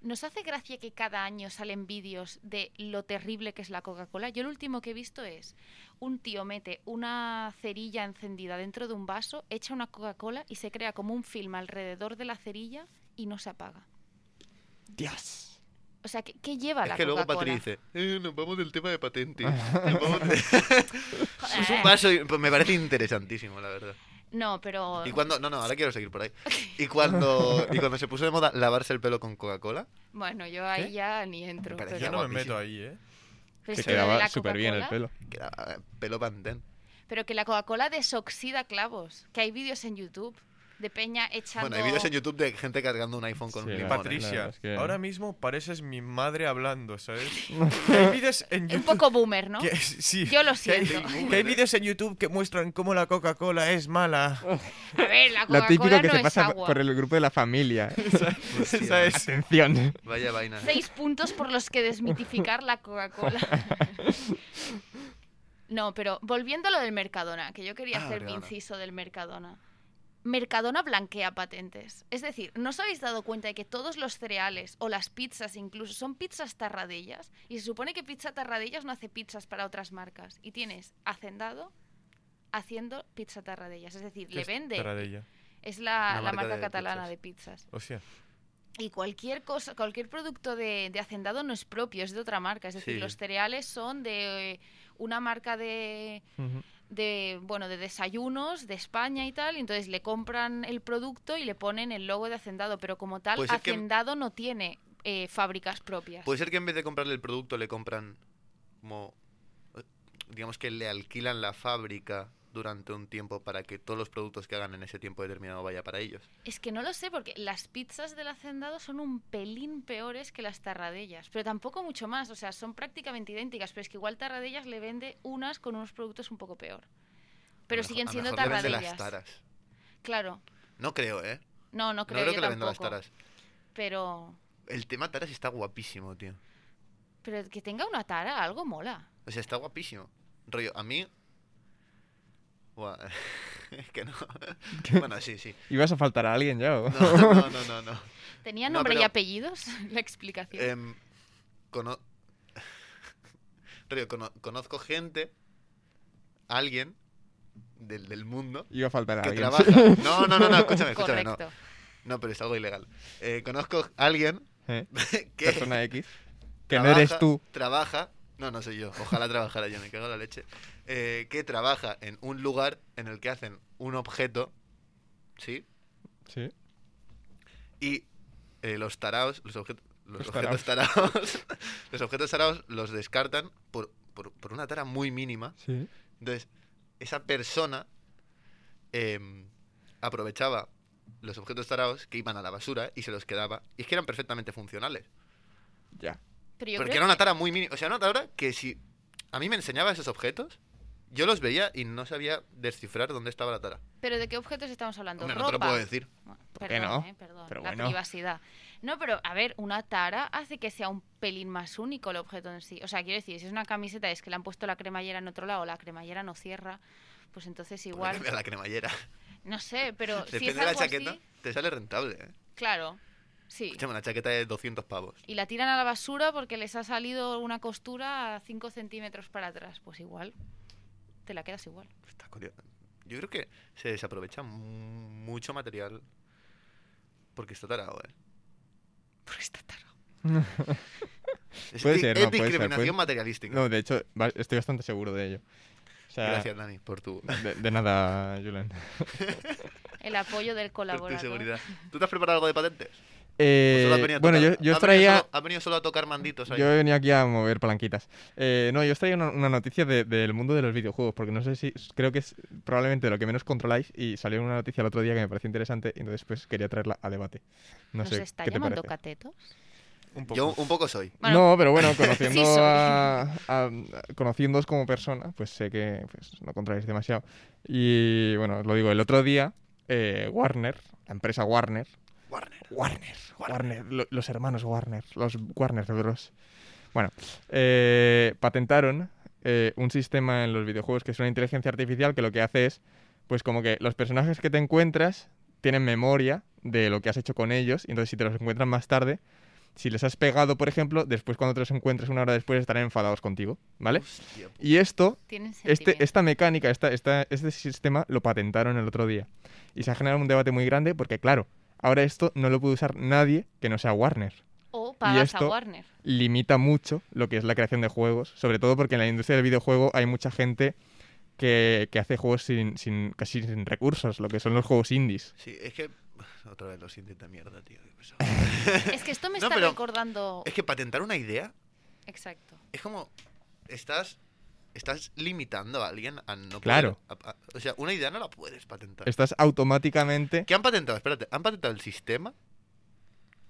S3: ¿Nos hace gracia que cada año salen vídeos de lo terrible que es la Coca-Cola? Yo lo último que he visto es un tío mete una cerilla encendida dentro de un vaso, echa una Coca-Cola y se crea como un film alrededor de la cerilla y no se apaga.
S4: Dios.
S3: O sea, ¿qué, qué lleva
S5: es
S3: la
S5: que luego Patri
S3: Coca-Cola?
S5: dice, "Eh, nos vamos del tema de patentes. nos vamos de-". es un vaso, y- pues me parece interesantísimo, la verdad.
S3: No, pero
S5: Y cuando, no, no, ahora quiero seguir por ahí. Y cuando, y cuando se puso de moda lavarse el pelo con Coca-Cola,
S3: bueno, yo ahí
S5: ¿Qué?
S3: ya ni entro.
S5: Me parecía
S2: Yo
S3: Pero,
S2: no me
S5: guapísimo.
S2: meto ahí, ¿eh?
S3: pero
S4: Se
S3: es que lo de
S4: quedaba
S3: la
S4: súper bien el
S3: Coca-Cola-
S4: pelo.
S5: que era eh, pelo pantén.
S3: Pero que la Coca-Cola desoxida clavos, que hay vídeos en YouTube de peña echando...
S5: Bueno, hay vídeos en YouTube de gente cargando un iPhone con
S4: Sí,
S5: un
S4: la-
S5: limón. ¿eh?
S2: Patricia,
S4: es que-
S2: ahora mismo pareces mi madre hablando, ¿sabes? hay vídeos en
S3: Un
S2: YouTube.
S3: poco boomer, ¿no?
S2: que- sí,
S3: Yo lo
S2: que hay-
S3: siento.
S2: que hay vídeos en YouTube que muestran cómo la Coca-Cola es mala.
S3: A ver, la
S4: Lo típico
S3: Coca-Cola
S4: que
S3: no
S4: se
S3: es
S4: pasa
S3: agua.
S4: por el grupo de la familia. ¿eh?
S5: Hostia,
S2: ¿Sabes?
S4: Atención.
S5: Pues Vaya vaina.
S3: Seis puntos por los que desmitificar la Coca-Cola. No, pero volviendo a lo del Mercadona, que yo quería
S5: Ah,
S3: hacer mi
S5: Mercadona.
S3: inciso del Mercadona. Mercadona blanquea patentes. Es decir, ¿no os habéis dado cuenta de que todos los cereales o las pizzas incluso son pizzas tarradellas? Y se supone que Pizza Tarradellas no hace pizzas para otras marcas. Y tienes Hacendado haciendo Pizza Tarradellas. Es decir, le
S2: Es
S3: vende.
S2: Taradella.
S3: Es la,
S5: Una
S3: la
S5: marca
S3: marca
S5: de
S3: catalana
S5: pizzas.
S3: de pizzas.
S2: O sea,
S3: Y cualquier cosa, cualquier producto de, de Hacendado no es propio, es de otra marca. Es decir,
S5: Sí.
S3: los cereales son de eh, una marca de, de, bueno, de desayunos de España y tal. Y entonces le compran el producto y le ponen el logo de Hacendado. Pero como tal,
S5: Puede ser Pues que- Pues
S3: Hacendado no tiene eh, fábricas propias.
S5: Puede ser que en vez de comprarle el producto le compran como eh, digamos que le alquilan la fábrica durante un tiempo para que todos los productos que hagan en ese tiempo determinado vaya para ellos.
S3: Es que no lo sé, porque las pizzas del hacendado son un pelín peores que las tarradellas, pero tampoco mucho más, o sea, son prácticamente idénticas, pero es que igual tarradellas le vende unas con unos productos un poco peor. Pero
S5: A lo
S3: siguen
S5: mejor-
S3: siendo
S5: a lo mejor le vende
S3: tarradellas.
S5: las taras.
S3: Claro.
S5: No creo, ¿eh?
S3: No, no creo,
S5: no creo
S3: yo
S5: que le venda las
S3: tampoco,
S5: taras.
S3: Pero
S5: El tema taras está guapísimo, tío.
S3: pero que tenga una tara, algo mola.
S5: O sea, está guapísimo. Rollo, a mí... Buah, es que no. Bueno, sí, sí.
S4: ¿Ibas a faltar a alguien ya? o?
S5: No, no, no, no. no.
S3: ¿Tenía
S5: No,
S3: nombre y
S5: pero-
S3: apellidos? La explicación.
S5: Em, cono- Rollo, cono- conozco gente, alguien del, del mundo
S4: Iba a faltar a
S5: que
S4: alguien.
S5: trabaja. No, no, no, no, escúchame, escúchame, no.
S3: Correcto.
S5: No, pero es algo ilegal. Eh, conozco a alguien
S4: ¿Eh?
S5: que
S4: Persona X. Que no
S5: trabaja-
S4: eres tú.
S5: Trabaja, no, no soy yo, ojalá trabajara yo, me cago en la leche. Eh, que trabaja en un lugar en el que hacen un objeto, ¿sí?
S4: Sí.
S5: Y eh, los taraos, los, objet- los
S4: Los
S5: objetos taraos, los objetos taraos los descartan por, por- por una tara muy mínima.
S4: Sí.
S5: Entonces, esa persona em, aprovechaba los objetos taraos que iban a la basura y se los quedaba. Y es que eran perfectamente funcionales.
S4: Ya.
S3: Pero yo
S5: porque
S3: creo
S5: era una
S3: que-
S5: tara muy mínima. O sea, una tara que si a mí me enseñaba esos objetos, yo los veía y no sabía descifrar dónde estaba la tara.
S3: pero de qué objetos estamos hablando?
S5: Hombre,
S3: ¿Ropa?
S5: no te lo puedo decir.
S3: Bueno,
S4: ¿Por qué
S3: perdón,
S4: no?
S3: eh, perdón,
S4: Pero
S3: la
S4: bueno.
S3: privacidad. No, pero a ver, una tara hace que sea un pelín más único el objeto en sí. O sea, quiero decir, si es una camiseta es que le han puesto la cremallera en otro lado, la cremallera no cierra, pues entonces
S5: Porque
S3: igual,
S5: cambia la cremallera.
S3: no sé, pero si
S5: Depende
S3: es
S5: de la
S3: algo
S5: chaqueta,
S3: así,
S5: te sale rentable. ¿eh?
S3: claro, sí.
S5: Escúchame, una chaqueta de 200 pavos.
S3: Y la tiran a la basura porque les ha salido una costura a 5 centímetros para atrás. Pues igual, te la quedas igual.
S5: Está curioso. Yo creo que se desaprovecha mu- mucho material porque está tarado, ¿eh?
S3: Porque está tarado.
S5: Es,
S4: Puede
S5: di-
S4: ser,
S5: es
S4: no, puede ser,
S5: discriminación
S4: puede-
S5: materialística.
S4: No, de hecho, va- estoy bastante seguro de ello. O sea,
S5: Gracias, Pues Dani, por tu, por
S4: De, de nada, Julen.
S3: El apoyo del
S5: tu
S3: colaborador.
S5: seguridad. ¿Tú te has preparado algo de patentes? ¿O
S4: Eh,
S5: solo has venido a
S4: bueno, yo,
S5: tocar-
S4: yo os
S5: has venido
S4: traía...
S5: solo- has venido solo a tocar manditos ahí.
S4: Yo he venido aquí a mover palanquitas. Eh, no, yo os traía una, una noticia de- del mundo de los videojuegos, porque no sé si... Creo que es probablemente lo que menos controláis y salió una noticia el otro día que me pareció interesante y entonces pues quería traerla a debate. No
S3: ¿Nos
S4: sé,
S3: está
S4: ¿qué te
S3: llamando
S4: parece?
S3: catetos?
S2: Un poco.
S5: Yo un poco soy.
S3: Bueno,
S4: no, pero bueno, conociendo
S3: sí soy.
S4: a, a- conociéndoos como persona, pues sé que pues, no controláis demasiado. Y bueno, os lo digo, el otro día, eh, Warner, la empresa Warner,
S5: Warner.
S4: Warner, Warner, lo- los hermanos Warner, los Warner Bros. Bueno, eh, patentaron eh, un sistema en los videojuegos que es una inteligencia artificial que lo que hace es, pues como que los personajes que te encuentras tienen memoria de lo que has hecho con ellos, y entonces si te los encuentras más tarde, si les has pegado, por ejemplo, después cuando te los encuentres una hora después estarán enfadados contigo, ¿vale?
S5: Hostia, pu-
S4: Y esto
S3: tienen
S4: este,
S3: sentimiento.
S4: esta mecánica, esta, esta- este sistema lo patentaron el otro día. Y se ha generado un debate muy grande porque, claro, ahora esto no lo puede usar nadie que no sea Warner.
S3: o pagas a
S4: esto-
S3: Warner.
S4: Limita mucho lo que es la creación de juegos, sobre todo porque en la industria del videojuego hay mucha gente que, que hace juegos sin, sin- casi sin recursos, lo que son los juegos indies.
S5: Sí, es que. Otra vez lo siento de mierda, tío. qué pesado.
S3: Es que esto me
S5: No,
S3: está
S5: pero-
S3: recordando.
S5: es que patentar una idea
S3: Exacto.
S5: es como. Estás. Estás limitando a alguien a no poder-
S4: Claro.
S5: a- a- o sea, una idea no la puedes patentar.
S4: Estás automáticamente...
S5: ¿Qué han patentado? Espérate, ¿han patentado el sistema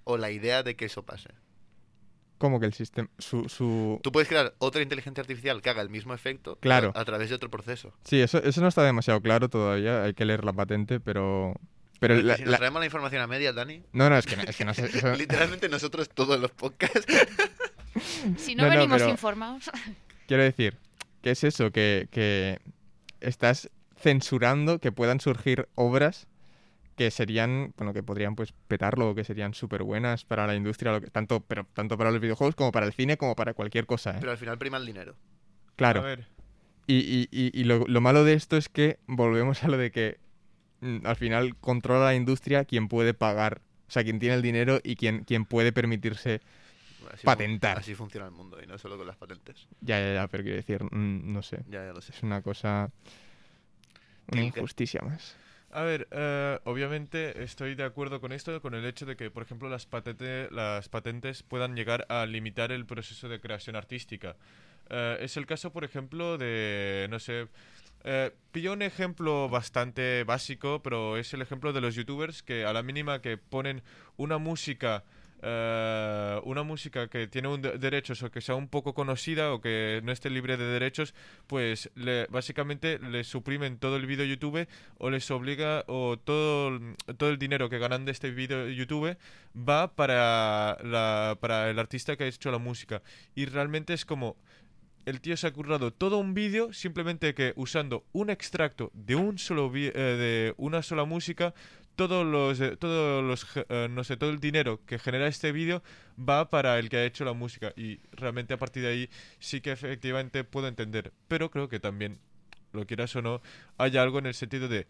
S5: o la idea de que eso pase?
S4: Como que el sistema... Su, su-
S5: Tú puedes crear otra inteligencia artificial que haga el mismo efecto
S4: Claro.
S5: a, a través de otro proceso.
S4: Sí, eso, eso no está demasiado claro todavía, hay que leer la patente, pero... Pero
S5: Pero
S4: la-
S5: si nos
S4: la- Ah.
S5: traemos la información a media, Dani.
S4: No, no, es que no, es que no sé... eso-
S5: Literalmente nosotros todos los podcasts.
S3: Si no,
S4: No, no,
S3: venimos
S4: pero-
S3: informados.
S4: Quiero decir, ¿qué es eso? Que, que estás censurando que puedan surgir obras que serían, bueno, que podrían pues petarlo, o que serían súper buenas para la industria, lo que- tanto, pero, tanto para los videojuegos como para el cine, como para cualquier cosa, ¿eh?
S5: Pero al final prima el dinero.
S2: A
S4: claro.
S2: ver,
S4: Y, y- y- y lo, lo malo de esto es que volvemos a lo de que mm, al final controla la industria quien puede pagar, o sea, quien tiene el dinero y quien, quien puede permitirse
S5: Así fun-
S4: Patentar.
S5: Así funciona el mundo y no solo con las patentes.
S4: Ya, ya, ya, pero quiero decir, mm, no sé.
S5: Ya, ya lo sé.
S4: Es una cosa. Una
S5: Tilde.
S4: injusticia más.
S2: a ver, eh, obviamente estoy de acuerdo con esto, con el hecho de que, por ejemplo, las, patente- las patentes puedan llegar a limitar el proceso de creación artística. Eh, es el caso, por ejemplo, de, no sé, eh, pillo un ejemplo bastante básico, pero es el ejemplo de los youtubers que a la mínima que ponen una música... eh, una música que tiene un de- derechos o que sea un poco conocida o que no esté libre de derechos pues le- básicamente le suprimen todo el vídeo YouTube o les obliga o todo, el- todo el dinero que ganan de este vídeo YouTube va para, la- para el artista que ha hecho la música. Y realmente es como el tío se ha currado todo un vídeo simplemente que usando un extracto de un solo vi- eh, de una sola música todos los eh, todos los ge- eh, no sé todo el dinero que genera este vídeo va para el que ha hecho la música y realmente a partir de ahí sí que efectivamente puedo entender pero creo que también lo quieras o no hay algo en el sentido de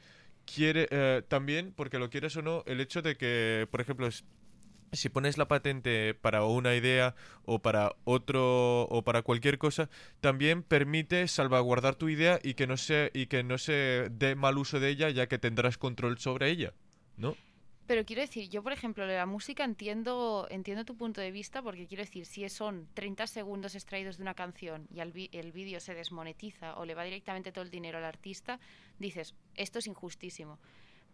S2: quiere eh, también porque lo quieras o no el hecho de que por ejemplo es- si pones la patente para una idea o para otro o para cualquier cosa, también permite salvaguardar tu idea y que no se y que no se dé mal uso de ella, ya que tendrás control sobre ella, ¿no?
S3: Pero quiero decir, yo por ejemplo, de la música entiendo, entiendo tu punto de vista porque quiero decir, si son 30 segundos extraídos de una canción y al vi- el vídeo se desmonetiza o le va directamente todo el dinero al artista, dices, esto es injustísimo.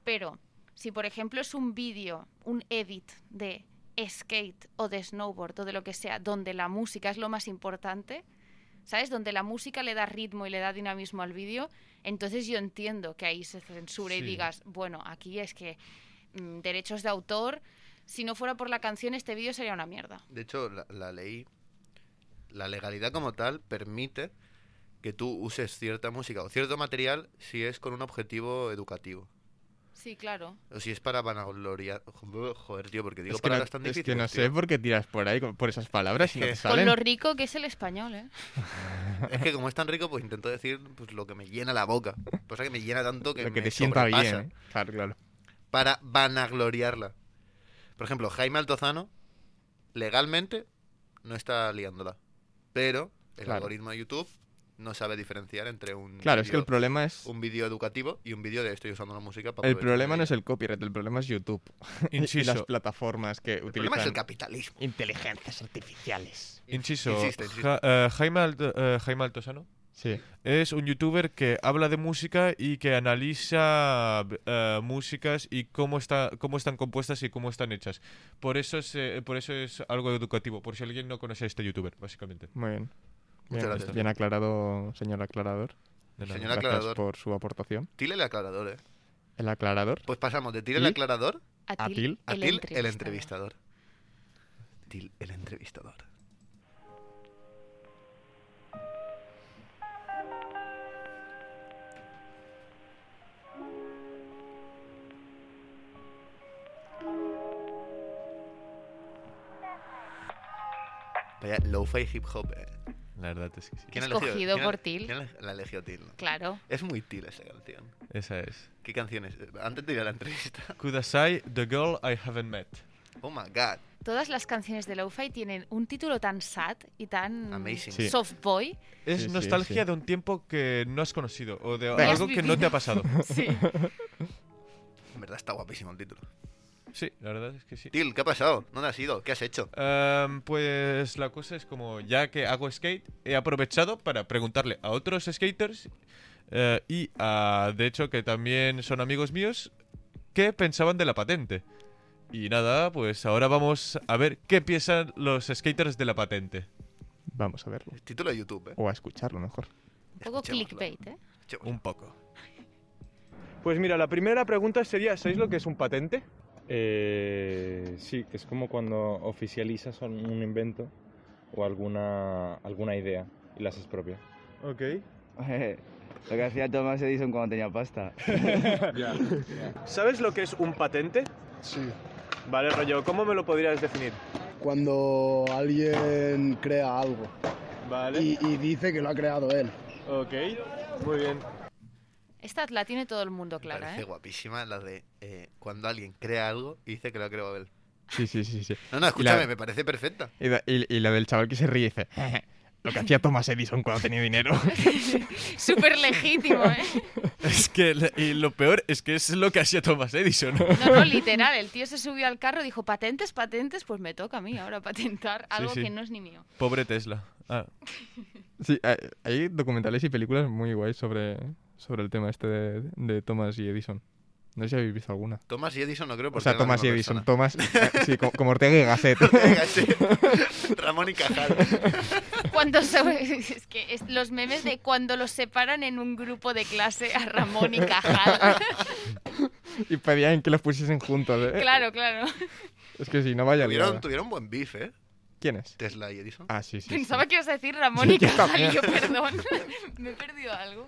S3: Pero si por ejemplo es un vídeo, un edit de skate o de snowboard o de lo que sea, donde la música es lo más importante, ¿sabes? Donde la música le da ritmo y le da dinamismo al vídeo, entonces yo entiendo que ahí se censure y
S2: Sí.
S3: digas, bueno, aquí es que mm, derechos de autor, si no fuera por la canción este vídeo sería una mierda.
S5: De hecho, la, la ley, la legalidad como tal, permite que tú uses cierta música o cierto material si es con un objetivo educativo.
S3: Sí, claro.
S5: O si es para vanagloriar. Joder, tío, porque digo
S4: es que, no,
S5: palabras tan
S4: es que
S5: difíciles.
S4: no
S5: tío.
S4: sé por qué tiras por ahí, con- por esas palabras, y no
S5: que-
S4: te
S5: Con
S3: Con
S4: salen.
S3: lo rico que es el español, ¿eh?
S5: Es que como es tan rico, pues intento decir pues, lo que me llena la boca. Cosa que me llena tanto que,
S4: Lo que
S5: me
S4: te sienta bien.
S5: sobrepasa.
S4: ¿eh? Claro, claro.
S5: para vanagloriarla. Por ejemplo, Jaime Altozano, legalmente, no está liándola. Pero el
S4: Claro.
S5: algoritmo de YouTube no sabe diferenciar entre un
S4: Claro, es que el
S5: vídeo-
S4: problema es...
S5: un vídeo educativo y un vídeo de estoy usando la música para
S4: El
S5: aprovecharme
S4: problema no
S5: de
S4: es el copyright, el problema es YouTube. y las
S2: Inciso,
S4: plataformas que
S5: ella. El problema es el
S4: utilizan
S5: capitalismo.
S4: inteligencias artificiales.
S2: inciso.
S5: Insiste, insiste.
S2: Ja- eh, Jaime, Alt- eh, Jaime Altozano
S4: Sí.
S2: Es un youtuber que habla de música y que analiza eh, músicas y cómo, está, cómo están compuestas y cómo están hechas. Por eso, es, eh, por eso es algo educativo, por si alguien no conoce a este youtuber, básicamente.
S4: Muy bien.
S5: Muchas
S4: Bien,
S5: gracias.
S4: bien aclarado, señor aclarador.
S2: De nada.
S5: Señor
S4: Gracias
S5: aclarador.
S4: por su aportación.
S5: Tile el aclarador, ¿eh?
S4: El aclarador.
S5: Pues pasamos de Tile el
S4: ¿Y?
S5: aclarador
S4: Atil,
S5: a Til el entrevistador. Til el entrevistador. Vaya, lo-fi hip hop, eh.
S2: La verdad es que sí.
S5: ¿Quién ha
S3: Escogido
S5: elegido- quién ha-
S3: por Til.
S5: quién ha- la eligió Til? no?
S3: Claro.
S5: Es muy Til esa canción.
S2: Esa es.
S5: ¿Qué canciones? Antes de ir a la entrevista.
S2: Kudasai, The Girl I Haven't Met.
S5: Oh my god.
S3: Todas las canciones de Lo-Fi tienen un título tan sad y tan
S5: Amazing.
S4: Sí.
S3: soft boy.
S2: Es
S4: Sí, sí,
S2: nostalgia
S4: sí.
S2: de un tiempo que no has conocido o de
S3: Venga.
S2: algo que no te ha pasado.
S3: Sí.
S5: En verdad está guapísimo el título.
S2: Sí, la verdad es que sí.
S5: Til, ¿qué ha pasado? ¿Dónde has ido? ¿Qué has hecho?
S2: Em, pues la cosa es como ya que hago skate, he aprovechado para preguntarle a otros skaters eh, y a, de hecho que también son amigos míos, qué pensaban de la patente. Y nada, pues ahora vamos a ver qué piensan los skaters de la patente.
S4: Vamos a verlo.
S5: El título de YouTube, ¿eh?
S4: O a escucharlo mejor.
S3: Un poco
S5: Escuchémoslo.
S3: clickbait, ¿eh?
S5: Escuchémoslo.
S2: Un poco.
S6: Pues mira, la primera pregunta sería, ¿sabéis lo que es un patente?
S7: Eh, sí, que es como cuando oficializas un un invento o alguna, alguna idea y las expropias.
S6: Ok.
S8: Lo que hacía Thomas Edison cuando tenía pasta.
S6: ¿Sabes lo que es un patente?
S9: Sí,
S6: Vale, rollo, ¿cómo me lo podrías definir?
S9: cuando alguien crea algo
S6: Vale.
S9: y, y dice que lo ha creado él.
S6: Ok, muy bien.
S3: Esta la tiene todo el mundo
S5: Me
S3: clara,
S5: Parece
S3: ¿eh?
S5: guapísima la de eh, cuando alguien crea algo y dice que lo ha creado él.
S4: Sí, sí, sí, sí.
S5: No, no, escúchame, me parece perfecta.
S4: Y, da- y- y la del chaval que se ríe dice, lo que hacía Thomas Edison cuando tenía dinero.
S3: Súper legítimo, ¿eh?
S2: Es que la- y lo peor es que es lo que hacía Thomas Edison.
S3: No, no, literal. El tío se subió al carro y dijo, patentes, patentes, pues me toca a mí ahora patentar algo
S2: sí.
S3: que no es ni mío.
S2: Pobre Tesla. Ah,
S4: sí, hay, hay documentales y películas muy guays sobre, sobre el tema este de, de Thomas y Edison. No sé si habéis visto alguna.
S5: Thomas y Edison no creo
S4: O
S5: porque
S4: sea,
S5: eran la
S4: Thomas y
S5: misma
S4: Edison.
S5: persona.
S4: Thomas, eh, sí, co- como Ortega y Gasset.
S5: Venga, sí. Ramón y Cajal.
S3: Cuando se- Es que es- los memes de cuando los separan en un grupo de clase a Ramón y Cajal.
S4: y pedían que los pusiesen juntos. ¿eh?
S3: claro, claro.
S4: Es que si no, vaya
S5: Tuvieron,
S4: liada.
S5: tuvieron buen beef, ¿eh?
S4: ¿Quién es?
S5: Tesla y Edison.
S4: Ah, sí, sí. sí.
S3: Pensaba que ibas a decir Ramón
S4: Sí,
S3: y
S4: yo
S3: Cajal.
S4: también.
S3: y yo, perdón, me he perdido algo.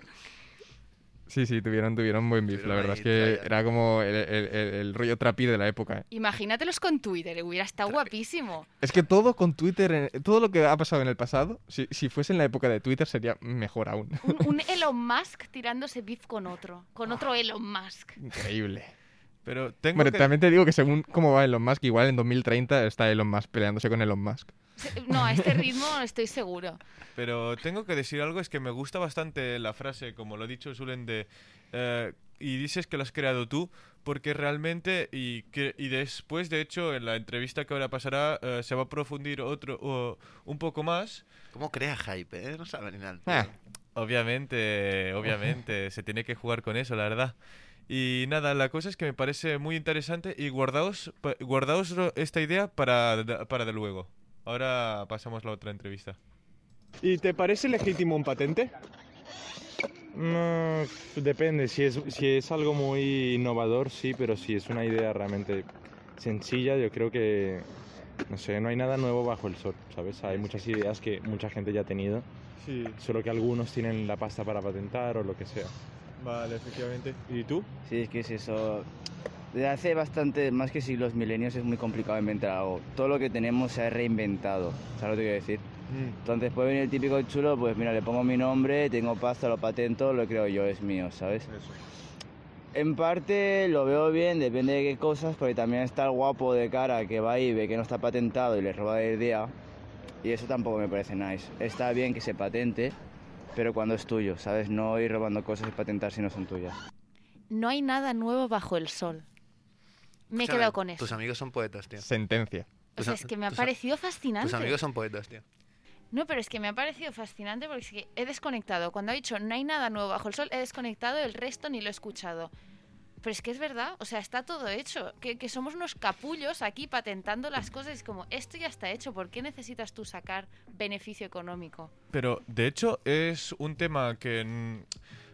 S4: Sí, sí, tuvieron, tuvieron buen beef. La
S5: Tuvieron
S4: verdad
S5: ahí
S4: es que
S5: tralla.
S4: era como el, el- el- el rollo trapi de la época. ¿eh?
S3: Imagínatelos con Twitter, hubiera estado guapísimo.
S4: Es que todo con Twitter, eh, todo lo que ha pasado en el pasado, si, si fuese en la época de Twitter sería mejor aún.
S3: Un, un Elon Musk tirándose beef con otro, con otro Elon Musk.
S4: Increíble.
S2: pero tengo
S4: Bueno,
S2: que-
S4: también te digo que según cómo va Elon Musk, igual en 2030 está Elon Musk peleándose con Elon Musk.
S3: Se- No, a este ritmo estoy seguro.
S2: Pero tengo que decir algo, es que me gusta bastante la frase, como lo ha dicho Sulen, de... eh, y dices que lo has creado tú, porque realmente, y, que- y después, de hecho, en la entrevista que ahora pasará, eh, se va a profundir otro, o un poco más.
S5: ¿Cómo crea hype, eh? No sabe ni nada.
S4: Ah,
S2: Obviamente, obviamente, se tiene que jugar con eso, la verdad. Y nada, la cosa es que me parece muy interesante y guardaos, pa- guardaos ro- esta idea para, para de luego. Ahora pasamos a la otra entrevista.
S6: ¿Y te parece legítimo un patente?
S7: No, depende, si es, si es algo muy innovador, sí, pero si es una idea realmente sencilla, yo creo que, no sé, no hay nada nuevo bajo el sol, ¿sabes? Hay muchas ideas que mucha gente ya ha tenido,
S6: Sí,
S7: solo que algunos tienen la pasta para patentar o lo que sea.
S6: vale, efectivamente. ¿Y tú?
S8: Sí, es que es eso. Desde hace bastante, más que si los milenios es muy complicado inventar algo. Todo lo que tenemos se ha reinventado, ¿sabes lo que quiero decir? Entonces puede venir el típico chulo, pues mira, le pongo mi nombre, tengo pasta, lo patento, lo creo yo, es mío, ¿sabes? En parte lo veo bien, depende de qué cosas, porque también está el guapo de cara que va y ve que no está patentado y le roba la idea. Y eso tampoco me parece nice. Está bien que se patente, pero cuando es tuyo, ¿sabes? No ir robando cosas y patentar si no son tuyas.
S3: No hay nada nuevo bajo el sol. Me he
S5: Escúchame,
S3: quedado con
S5: Tus
S3: eso.
S5: amigos son poetas, tío.
S4: sentencia.
S3: O
S5: tus
S3: sea,
S5: am-
S3: es que me ha
S5: tus am-
S3: parecido
S5: Tus
S3: fascinante.
S5: amigos son poetas, tío.
S3: No, pero es que me ha parecido fascinante porque es que he desconectado. Cuando ha dicho no hay nada nuevo bajo el sol, he desconectado, el resto ni lo he escuchado. Pero es que es verdad, o sea, está todo hecho. Que, que somos unos capullos aquí patentando las cosas. Es como, esto ya está hecho, ¿por qué necesitas tú sacar beneficio económico?
S2: Pero de hecho es un tema que... mm,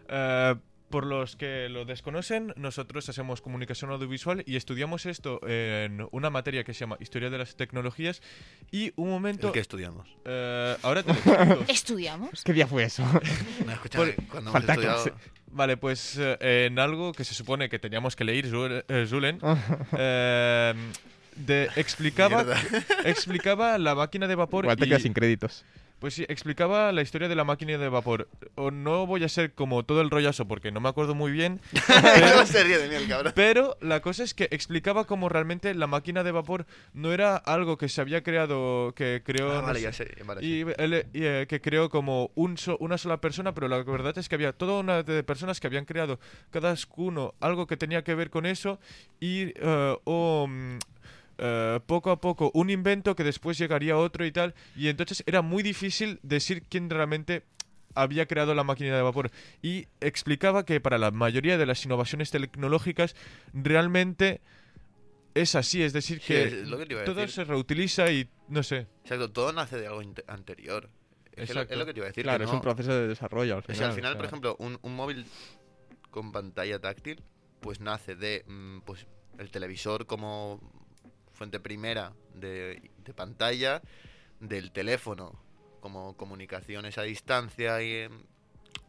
S2: eh, por los que lo desconocen, nosotros hacemos comunicación audiovisual y estudiamos esto en una materia que se llama Historia de las Tecnologías y un momento...
S5: El que estudiamos.
S2: eh, ahora te lo explico.
S3: ¿Estudiamos?
S4: ¿Qué día fue eso?
S5: No, escúchame, cuando hemos
S4: falta
S5: estudiado-
S4: clase.
S2: Vale, pues eh, en algo que se supone que teníamos que leer, Zul- eh, Zulen, eh, de- explicaba,
S5: Mierda.
S2: explicaba la máquina de vapor
S4: Igual te
S2: y-
S4: quedas sin créditos.
S2: Pues sí, explicaba la historia de la máquina de vapor. O no voy a ser como todo el rollazo porque no me acuerdo muy bien,
S5: No se ríe de mí el cabrón.
S2: pero la cosa es que explicaba cómo realmente la máquina de vapor no era algo que se había creado, que creó...
S5: Ah,
S2: no
S5: vale,
S2: sé,
S5: ya sé. Vale, sí.
S2: y, él, y, eh, que creó como un so- una sola persona, pero la verdad es que había toda una de personas que habían creado cada uno algo que tenía que ver con eso y eh, o, mm, eh, poco a poco un invento que después llegaría otro y tal. Y entonces era muy difícil decir quién realmente había creado la máquina de vapor y explicaba que para la mayoría de las innovaciones tecnológicas realmente es así, es decir,
S5: Sí,
S2: que
S5: es lo que te iba a
S2: todo
S5: decir.
S2: se reutiliza y no sé.
S5: Exacto, todo nace de algo inte- anterior. Es, que lo-
S2: Exacto.
S5: es lo que te iba a decir.
S4: Claro,
S5: que
S4: es
S5: no-
S4: un proceso de desarrollo al
S5: O
S4: final.
S5: sea, al final,
S4: o
S5: por
S4: sea.
S5: ejemplo, un, un móvil con pantalla táctil, pues nace de mm, pues, el televisor como fuente primera de, de pantalla, del teléfono como comunicaciones a distancia y... em,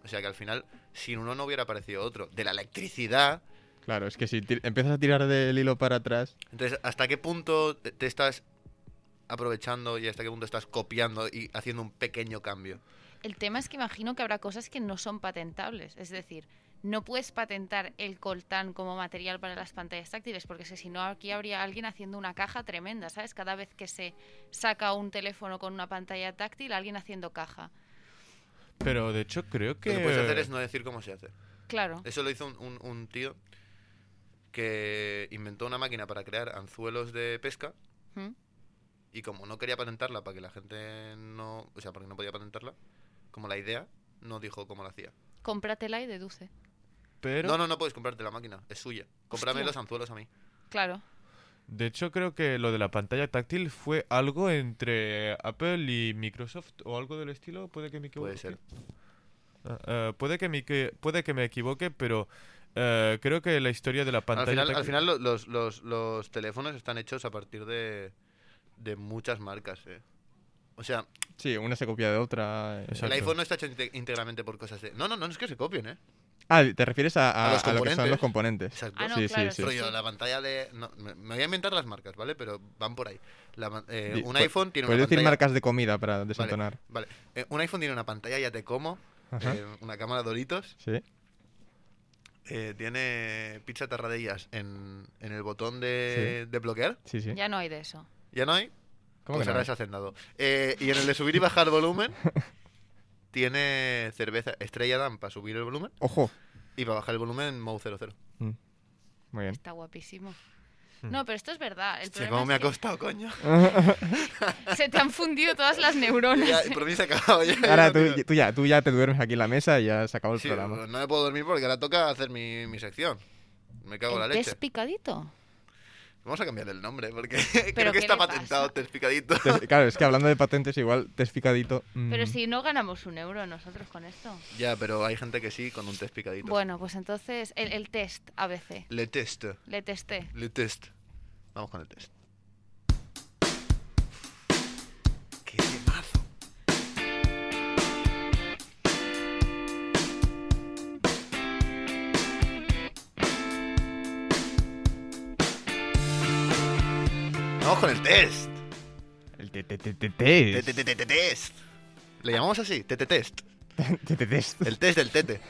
S5: o sea que al final, sin uno no hubiera aparecido otro. De la electricidad,
S4: Claro, es que si ti- empiezas a tirar del hilo para atrás,
S5: Entonces, ¿hasta qué punto te, te estás aprovechando y hasta qué punto estás copiando y haciendo un pequeño cambio?
S3: El tema es que imagino que habrá cosas que no son patentables. Es decir, no puedes patentar el coltán como material para las pantallas táctiles, porque es que si no, aquí habría alguien haciendo una caja tremenda, ¿sabes? Cada vez que se saca un teléfono con una pantalla táctil, alguien haciendo caja.
S2: Pero de hecho creo que...
S5: Lo que puedes hacer es no decir cómo se hace.
S3: Claro.
S5: Eso lo hizo un, un- un tío que inventó una máquina para crear anzuelos de pesca
S3: ¿Mm?
S5: y como no quería patentarla para que la gente no... O sea, porque no podía patentarla, como la idea, no dijo cómo la hacía.
S3: Cómpratela y deduce.
S2: Pero
S5: No, no, no puedes comprarte la máquina, es suya. Cómprame
S3: Hostia.
S5: los anzuelos a mí.
S3: Claro.
S2: de hecho creo que lo de la pantalla táctil fue algo entre Apple y Microsoft o algo del estilo. Puede que me equivoque.
S5: Puede ser.
S2: Ah, eh, puede, que me, que- puede que me equivoque, pero eh, creo que la historia de la
S5: Al
S2: pantalla
S5: final, al
S2: táctil-
S5: final lo- los, los- los teléfonos están hechos a partir de, de muchas marcas. eh. O sea,
S4: sí, una se copia de otra. eh.
S2: Exacto.
S5: el iPhone no está hecho inte- íntegramente por cosas de... No, no, no, no es que se copien, ¿eh?
S4: Ah, te refieres a, a-
S5: A los
S4: a lo que son los
S5: componentes.
S4: componentes.
S5: Exacto.
S3: Ah, no,
S4: Sí, sí,
S3: claro.
S4: sí.
S5: Rollo, la pantalla de... no, me, me voy a inventar las marcas, ¿vale? Pero van por ahí. La ma- eh,
S4: Di-
S5: un
S4: pu-
S5: iPhone tiene una
S4: Puedes decir
S5: pantalla...
S4: marcas de comida para desentonar.
S5: Vale. Eh, un iPhone tiene una pantalla, ya te como.
S4: Ajá.
S5: eh, una cámara Doritos.
S4: Sí.
S5: eh, tiene pizza tarradellas en, en el botón de, de bloquear.
S4: Sí, sí.
S3: Ya no hay de eso.
S5: ¿Ya no hay?
S4: ¿Cómo
S5: pues
S4: que no?
S5: ahora es hacendado. Eh, y en el de subir y bajar volumen, tiene cerveza Estrella Dan para subir el volumen
S4: Ojo.
S5: y para bajar el volumen Mou 00.
S4: Muy bien.
S3: Está guapísimo. No, pero esto es verdad.
S5: Hmm.
S3: El
S5: Hostia,
S3: problema
S5: ¿cómo
S3: es
S5: me ha
S3: que
S5: costado, coño?
S3: se te han fundido todas las neuronas.
S5: Ya, por mí se ha acabado ya.
S4: Ahora
S5: ya,
S4: tú,
S5: tío.
S4: tú ya, tú ya te duermes aquí en la mesa y ya se acabó el
S5: Sí,
S4: programa.
S5: pues no me puedo dormir porque ahora toca hacer mi, mi sección. Me cago en la
S3: ¿El test
S5: leche.
S3: picadito?
S5: Vamos a cambiar el nombre porque
S3: ¿Pero
S5: creo
S3: qué
S5: que está
S3: le pasa?
S5: patentado, test picadito.
S4: Te- Claro, es que hablando de patentes, igual te picadito. mm,
S5: Hmm.
S3: Pero si no ganamos un euro nosotros con esto.
S5: Ya, pero hay gente que sí con un test picadito.
S3: Bueno, pues entonces el, el test ABC.
S5: Le test.
S3: Le testé.
S5: Le test. Vamos con el test. ¡Qué temazo! Vamos con el test.
S4: El te- te- te- te- te-
S5: Te- te- te- te- Test. Le llamamos así, tete test.
S4: te- te- test.
S5: El test del tete.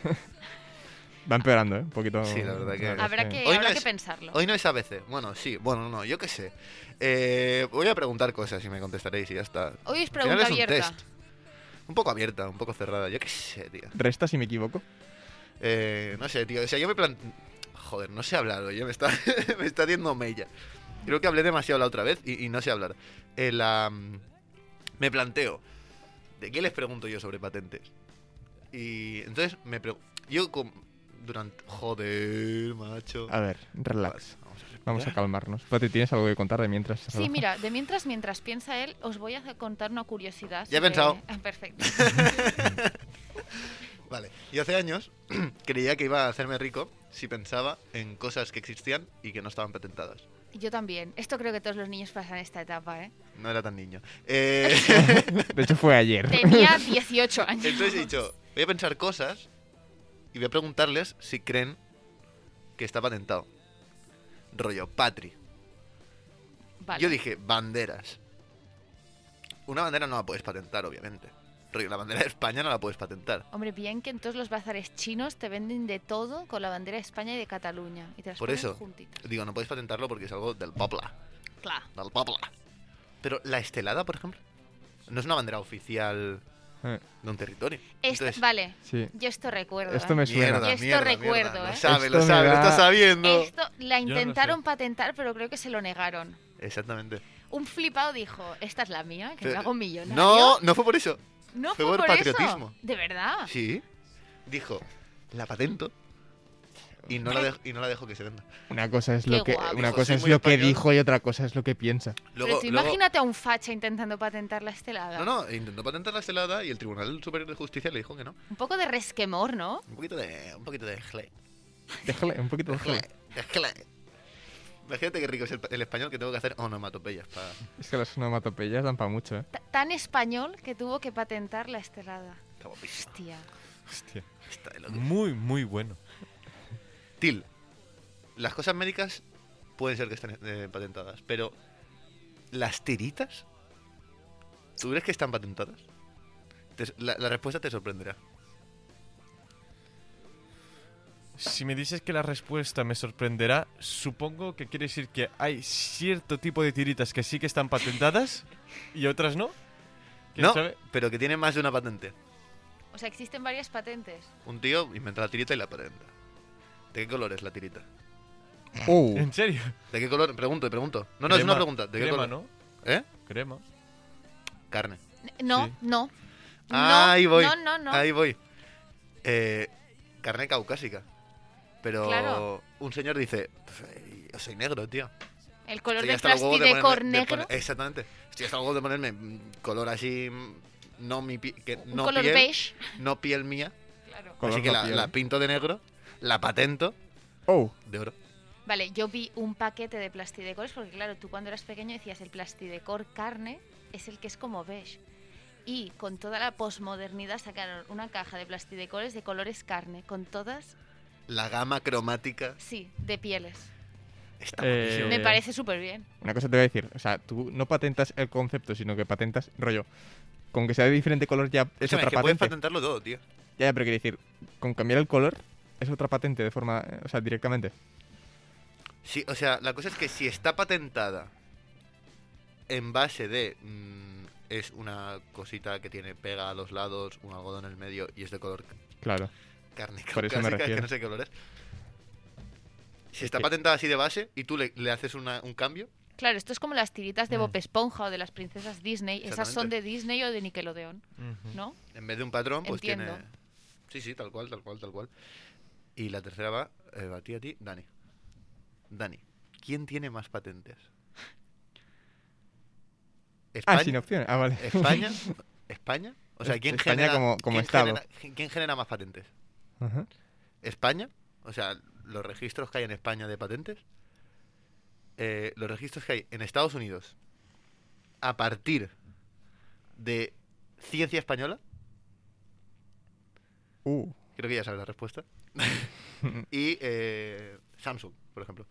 S4: Va empeorando, ¿eh? Un poquito.
S5: Sí, la verdad que-
S3: Habrá
S4: sí.
S3: que,
S5: Hoy no
S3: habrá que
S5: es-
S3: pensarlo.
S5: Hoy no es ABC. Bueno, sí, bueno, no, yo qué sé. Eh, voy a preguntar cosas y me contestaréis y ya está.
S3: Hoy
S5: Al final
S3: es pregunta
S5: es un
S3: abierta.
S5: test. Un poco abierta, un poco cerrada, yo qué sé, tío.
S4: Resta si me equivoco.
S5: Eh, no sé, tío. O sea, yo me plan... Joder, no sé hablar, oye, me está, me está haciendo mella. Creo que hablé demasiado la otra vez y, y no sé hablar. Eh, la, mm, me planteo, ¿de qué les pregunto yo sobre patentes? Y entonces me pregunto. Yo con, durante. Joder, macho.
S4: A ver, relax.
S5: Vamos a ver.
S4: Vamos a calmarnos. Pati, ¿tienes algo que contar de mientras? se
S3: Sí,
S4: relaja?
S3: mira, de mientras, mientras piensa él, os voy a contar una curiosidad.
S5: Ya he
S3: sobre-
S5: pensado.
S3: Ah, perfecto.
S5: Vale, yo hace años creía que iba a hacerme rico si pensaba en cosas que existían y que no estaban patentadas.
S3: Yo también. Esto creo que todos los niños pasan esta etapa, ¿eh?
S5: No era tan niño. Eh,
S4: De hecho, fue ayer.
S3: Tenía 18 años.
S5: entonces he dicho, voy a pensar cosas y voy a preguntarles si creen que está patentado. Rollo, patri.
S3: Vale.
S5: Yo dije, banderas. Una bandera no la puedes patentar, obviamente. Rollo, la bandera de España no la puedes patentar.
S3: Hombre, bien que en todos los bazares chinos te venden de todo con la bandera de España y de Cataluña. Y te las
S5: Por
S3: ponen
S5: eso.
S3: juntitas.
S5: Digo, no puedes patentarlo porque es algo del popla.
S3: Claro.
S5: del poble. Pero la estelada, por ejemplo, no es una bandera oficial
S4: Eh,
S5: de un territorio.
S3: Esto-
S5: Entonces,
S3: vale,
S4: Sí.
S3: yo esto recuerdo.
S4: Esto
S3: ¿eh?
S4: me suena.
S5: mierda,
S3: Yo esto
S5: mierda,
S3: recuerdo,
S5: mierda,
S3: ¿eh.
S5: Lo sabe, lo
S4: Esto me
S5: sabe, lo
S4: da-
S5: está sabiendo.
S3: Esto la
S2: no sé.
S3: intentaron patentar, pero creo que se lo negaron.
S5: Exactamente.
S3: Un flipado dijo, esta es la mía, que
S5: Pero-
S3: me hago millonario.
S5: No, no fue por eso.
S3: no
S5: fue
S3: fue
S5: por
S3: por,
S5: patriotismo.
S3: eso. De verdad.
S5: Sí. Dijo, la patento. Y no la, dejo, y no la dejo que se venda.
S4: Una cosa es
S3: Qué
S4: lo que,
S3: guapo.
S4: una
S5: Dijo,
S4: cosa
S5: soy
S4: es
S5: muy
S4: lo que
S5: español.
S4: dijo y otra cosa es lo que piensa.
S5: Luego,
S3: pero tú
S5: luego-
S3: imagínate a un facha intentando este patentar la estelada.
S5: No, no, intentó patentar la estelada y el Tribunal Superior de Justicia le dijo que no.
S3: Un poco de resquemor, ¿no?
S5: Un poquito de. Un poquito de jle,
S4: Déjale, un poquito
S5: de
S4: de
S5: jle,
S4: jale.
S5: de jle. Imagínate qué rico es el, el español que tengo que hacer onomatopeyas para.
S4: Es que las onomatopeyas dan para mucho, ¿eh?
S3: Ta- tan español que tuvo que patentar la estelada.
S5: Está guapísimo.
S3: Hostia.
S2: Hostia.
S5: Está de locos.
S2: Muy, muy bueno.
S5: Til, las cosas médicas pueden ser que estén eh, patentadas, pero las tiritas, ¿tú crees que están patentadas? Te- la, la respuesta te sorprenderá.
S2: Si me dices que la respuesta me sorprenderá, supongo que quiere decir que hay cierto tipo de tiritas que sí que están patentadas y otras no. ¿Quién
S5: No,
S2: sabe?
S5: pero que tiene más de una patente.
S3: O sea, existen varias patentes.
S5: Un tío inventa la tirita y la patenta. ¿De qué color es la tirita?
S4: Uh,
S2: ¿En serio?
S5: ¿De qué color? Pregunto, pregunto. No, no, es
S2: Crema-
S5: una pregunta. ¿De qué color?
S2: crema, ¿no?
S5: ¿Eh?
S2: Crema.
S5: Carne.
S3: N- No,
S2: Sí.
S3: no.
S5: Ah,
S3: no,
S5: ahí voy.
S3: No, no, no.
S5: Ahí voy. Eh, carne caucásica. Pero
S3: Claro.
S5: un señor dice, "Pf, yo soy negro, tío.
S3: El color
S5: Estoy
S3: del
S5: hasta los huevos
S3: plasti de
S5: ponerme-
S3: cor
S5: de
S3: negro.
S5: poner- eh, exactamente. Estoy hasta los huevos de ponerme mm, color así. mm, No, mi pi- que
S3: un
S5: no
S3: color
S5: piel,
S3: beige.
S5: No piel mía.
S3: Claro.
S4: Color
S5: así que
S4: no
S5: la,
S4: piel.
S5: la pinto de negro, la patento
S4: oh,
S5: de oro.
S3: Vale, yo vi un paquete de plastidecores porque, claro, tú cuando eras pequeño decías el plastidecor carne es el que es como beige. Y con toda la posmodernidad sacaron una caja de plastidecores de colores carne, con todas,
S5: La gama cromática
S3: sí, de pieles.
S5: está
S4: Eh,
S5: buenísimo.
S3: Me parece súper bien.
S4: una cosa te voy a decir. O sea, tú no patentas el concepto, sino que patentas rollo. Con que sea de diferente color ya es
S5: Escúchame,
S4: otra
S5: que puedes
S4: patente.
S5: patentarlo todo, tío.
S4: Ya, ya, pero quiero decir, con cambiar el color es otra patente de forma, eh, o sea, directamente.
S5: Sí, o sea, la cosa es que si está patentada en base de. mm, es una cosita que tiene pega a los lados, un algodón en el medio y es de color
S4: Claro.
S5: carne
S4: Por eso me
S5: caucásica, es que
S4: refiero.
S5: no sé qué color es. Si
S4: Es
S5: está
S4: que-
S5: patentada así de base y tú le, le haces una- un cambio,
S3: Claro, esto es como las tiritas de
S2: Mm.
S3: Bob Esponja o de las princesas Disney. Esas son
S5: Exactamente.
S3: de Disney o de Nickelodeon,
S2: Ujú.
S3: ¿no?
S5: en vez de un patrón, pues tiene...
S3: Entiendo.
S5: Sí, sí, tal cual, tal cual, tal cual. Y la tercera va, eh, a ti, a ti, Dani. Dani, ¿quién tiene más patentes?
S4: Ah,
S5: ¿España?
S4: sin opciones. Ah, vale.
S5: ¿España? ¿España? O sea, ¿quién
S4: España
S5: genera...
S4: como- como
S5: quién
S4: estado.
S5: genera- ¿Quién genera más patentes?
S4: Ajá.
S5: España, o sea, los registros que hay en España de patentes, eh, los registros que hay en Estados Unidos a partir de ciencia española,
S4: Uh.
S5: creo que ya sabes la respuesta, y eh, Samsung, por ejemplo.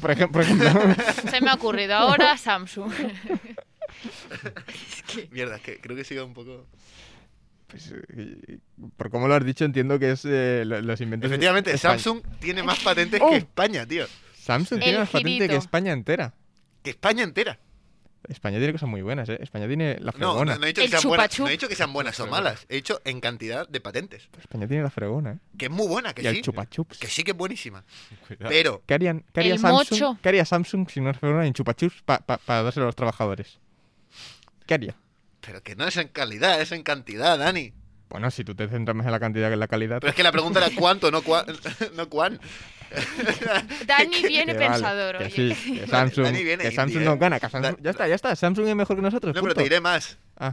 S4: Por ejem- por ejemplo.
S3: Se me ha ocurrido ahora Samsung. Es que-
S5: Mierda, es que creo que sigue un poco...
S4: Pues, eh, por cómo lo has dicho, entiendo que es eh, lo- los inventos.
S5: Efectivamente,
S4: espa-
S5: Samsung tiene más patentes
S4: Oh.
S5: que España, tío.
S4: Samsung tiene
S3: El
S4: más patente
S3: girito.
S4: que España entera.
S5: Que España entera.
S4: España tiene cosas muy buenas, ¿eh? España tiene la
S5: No,
S4: fregona.
S5: no, no he dicho que
S3: El
S5: sean buenas,
S3: chupa
S5: no he dicho que sean buenas o malas. He dicho en cantidad de patentes.
S4: España tiene la fregona, ¿eh?
S5: Que es muy buena,
S4: Y
S5: que sí.
S4: el chupa chups.
S5: Que sí que es buenísima.
S2: Cuidado.
S5: Pero
S4: ¿Qué, harían, qué haría
S3: El
S4: Samsung,
S3: mocho.
S4: ¿Qué haría Samsung si no fuera en chupa chups para dárselo a los trabajadores? ¿Qué haría?
S5: Pero que no es en calidad, es en cantidad, Dani.
S4: Bueno, si tú te centras más en la cantidad que en la calidad.
S5: Pero es que la pregunta era cuánto, no, cuán, no cuán.
S3: Dani viene
S4: que vale,
S3: pensador,
S4: que
S3: oye.
S4: sí, que Samsung,
S5: Dani viene
S4: que
S5: indie,
S4: Samsung
S5: eh.
S4: no gana, que Samsung-
S5: Da-
S4: ya está, ya está, Samsung es mejor que nosotros.
S5: No, pero
S4: punto.
S5: te diré más.
S4: Ah.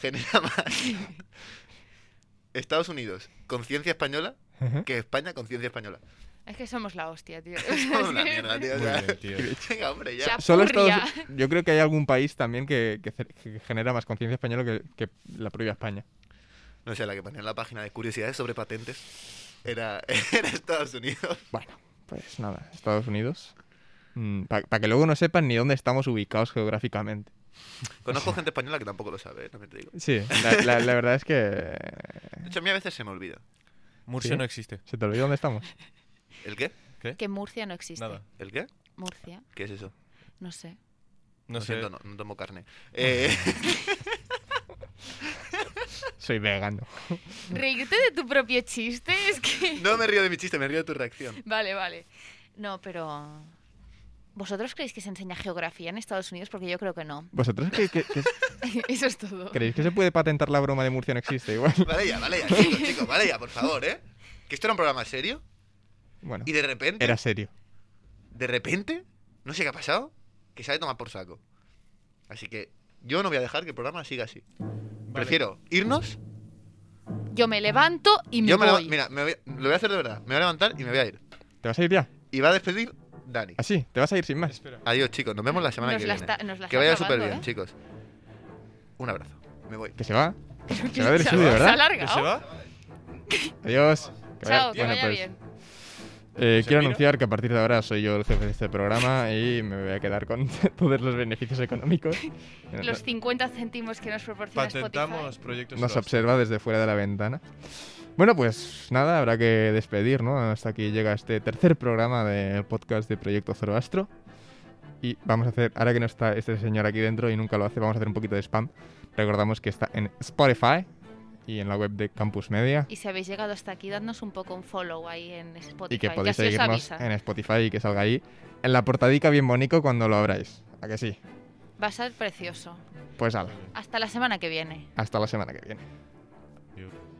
S5: Genera más. Estados Unidos, conciencia española,
S4: Ajá.
S5: que España, conciencia española.
S3: Es que somos la hostia, tío.
S5: Somos una mierda, tío. o
S2: Muy
S5: sea,
S2: bien, tío.
S5: Venga, hombre,
S3: O sea,
S5: ya.
S4: Solo
S3: Furria.
S4: Estados Yo creo que hay algún país también que, que ce- que genera más conciencia española que, que la propia España.
S5: No sé, la que ponía en la página de curiosidades sobre patentes era, era Estados Unidos.
S4: Bueno, pues nada, Estados Unidos. Para que luego no sepan ni dónde estamos ubicados geográficamente.
S5: Conozco gente española que tampoco lo sabe, eh, también te digo.
S4: Sí, la, la- la verdad es que.
S5: De hecho, a mí a veces se me olvida.
S2: Murcia
S4: ¿Sí?
S2: no existe.
S4: ¿Se te olvidó dónde estamos?
S5: ¿El qué?
S3: Que Murcia no existe.
S2: Nada.
S5: ¿El qué?
S3: Murcia,
S5: ¿Qué es eso?
S3: no sé.
S2: No
S5: Lo
S2: sé.
S5: siento, no, no tomo carne. Eh,
S4: Soy vegano.
S3: Reírte de tu propio chiste es que...
S5: no me río de mi chiste, me río de tu reacción.
S3: Vale, vale. No, pero... ¿Vosotros creéis que se enseña geografía en Estados Unidos? Porque yo creo que no.
S4: ¿Vosotros cre- cre- cre-
S3: Eso es todo.
S4: creéis que se puede patentar la broma de Murcia no existe? Igual.
S5: Vale ya, vale ya, chicos, chicos, vale ya, por favor, ¿eh? Que esto era un programa serio
S4: Bueno,
S5: y de repente,
S4: era serio.
S5: de repente, no sé qué ha pasado, que sale tomar por saco. Así que yo no voy a dejar que el programa siga así. Prefiero irnos.
S3: Yo me levanto y me
S5: yo me leva-
S3: voy.
S5: mira, me voy- lo voy a hacer de verdad. Me voy a levantar y me voy a ir.
S4: ¿Te vas a ir ya?
S5: Y va a despedir Dani.
S4: Así, te vas a ir sin más.
S2: Espera.
S5: Adiós, chicos. Nos vemos la semana
S3: Nos
S5: que
S3: la
S5: viene.
S3: está- nos la
S5: que
S3: está
S5: vaya
S3: clavando,
S5: súper bien,
S3: ¿eh?
S5: chicos. Un abrazo. Me voy.
S4: Que se va.
S3: Pero
S4: Se va del
S3: que
S4: estudio,
S3: se
S4: ¿verdad?
S2: ¿Que
S3: alarga.
S2: se va?
S4: Adiós. Que vaya-
S3: Chao, que
S4: bueno,
S3: vaya
S4: pues,
S3: bien.
S4: eh,
S2: ¿Se
S4: quiero
S2: pira?
S4: anunciar que a partir de ahora soy yo el jefe de este programa y me voy a quedar con todos los beneficios económicos. eh,
S3: Los 50 céntimos que nos proporciona
S2: Patentamos
S3: Spotify.
S2: proyectos.
S4: Nos
S2: Lost.
S4: observa desde fuera de la ventana. Bueno, pues nada, habrá que despedir, ¿no? Hasta aquí llega este tercer programa de podcast de Proyecto Zoroastro. Y vamos a hacer, ahora que no está este señor aquí dentro y nunca lo hace, vamos a hacer un poquito de spam. Recordamos que está en Spotify y en la web de Campus Media.
S3: Y si habéis llegado hasta aquí, dadnos un poco un follow ahí en Spotify.
S4: Y que
S3: ya
S4: podéis
S3: se os
S4: seguirnos
S3: avisa.
S4: en Spotify y que salga ahí. En la portadica bien bonito cuando lo abráis. ¿A que sí?
S3: Va a ser precioso.
S4: Pues ala,
S3: Hasta la semana que viene.
S4: hasta la semana que viene.
S2: Yo-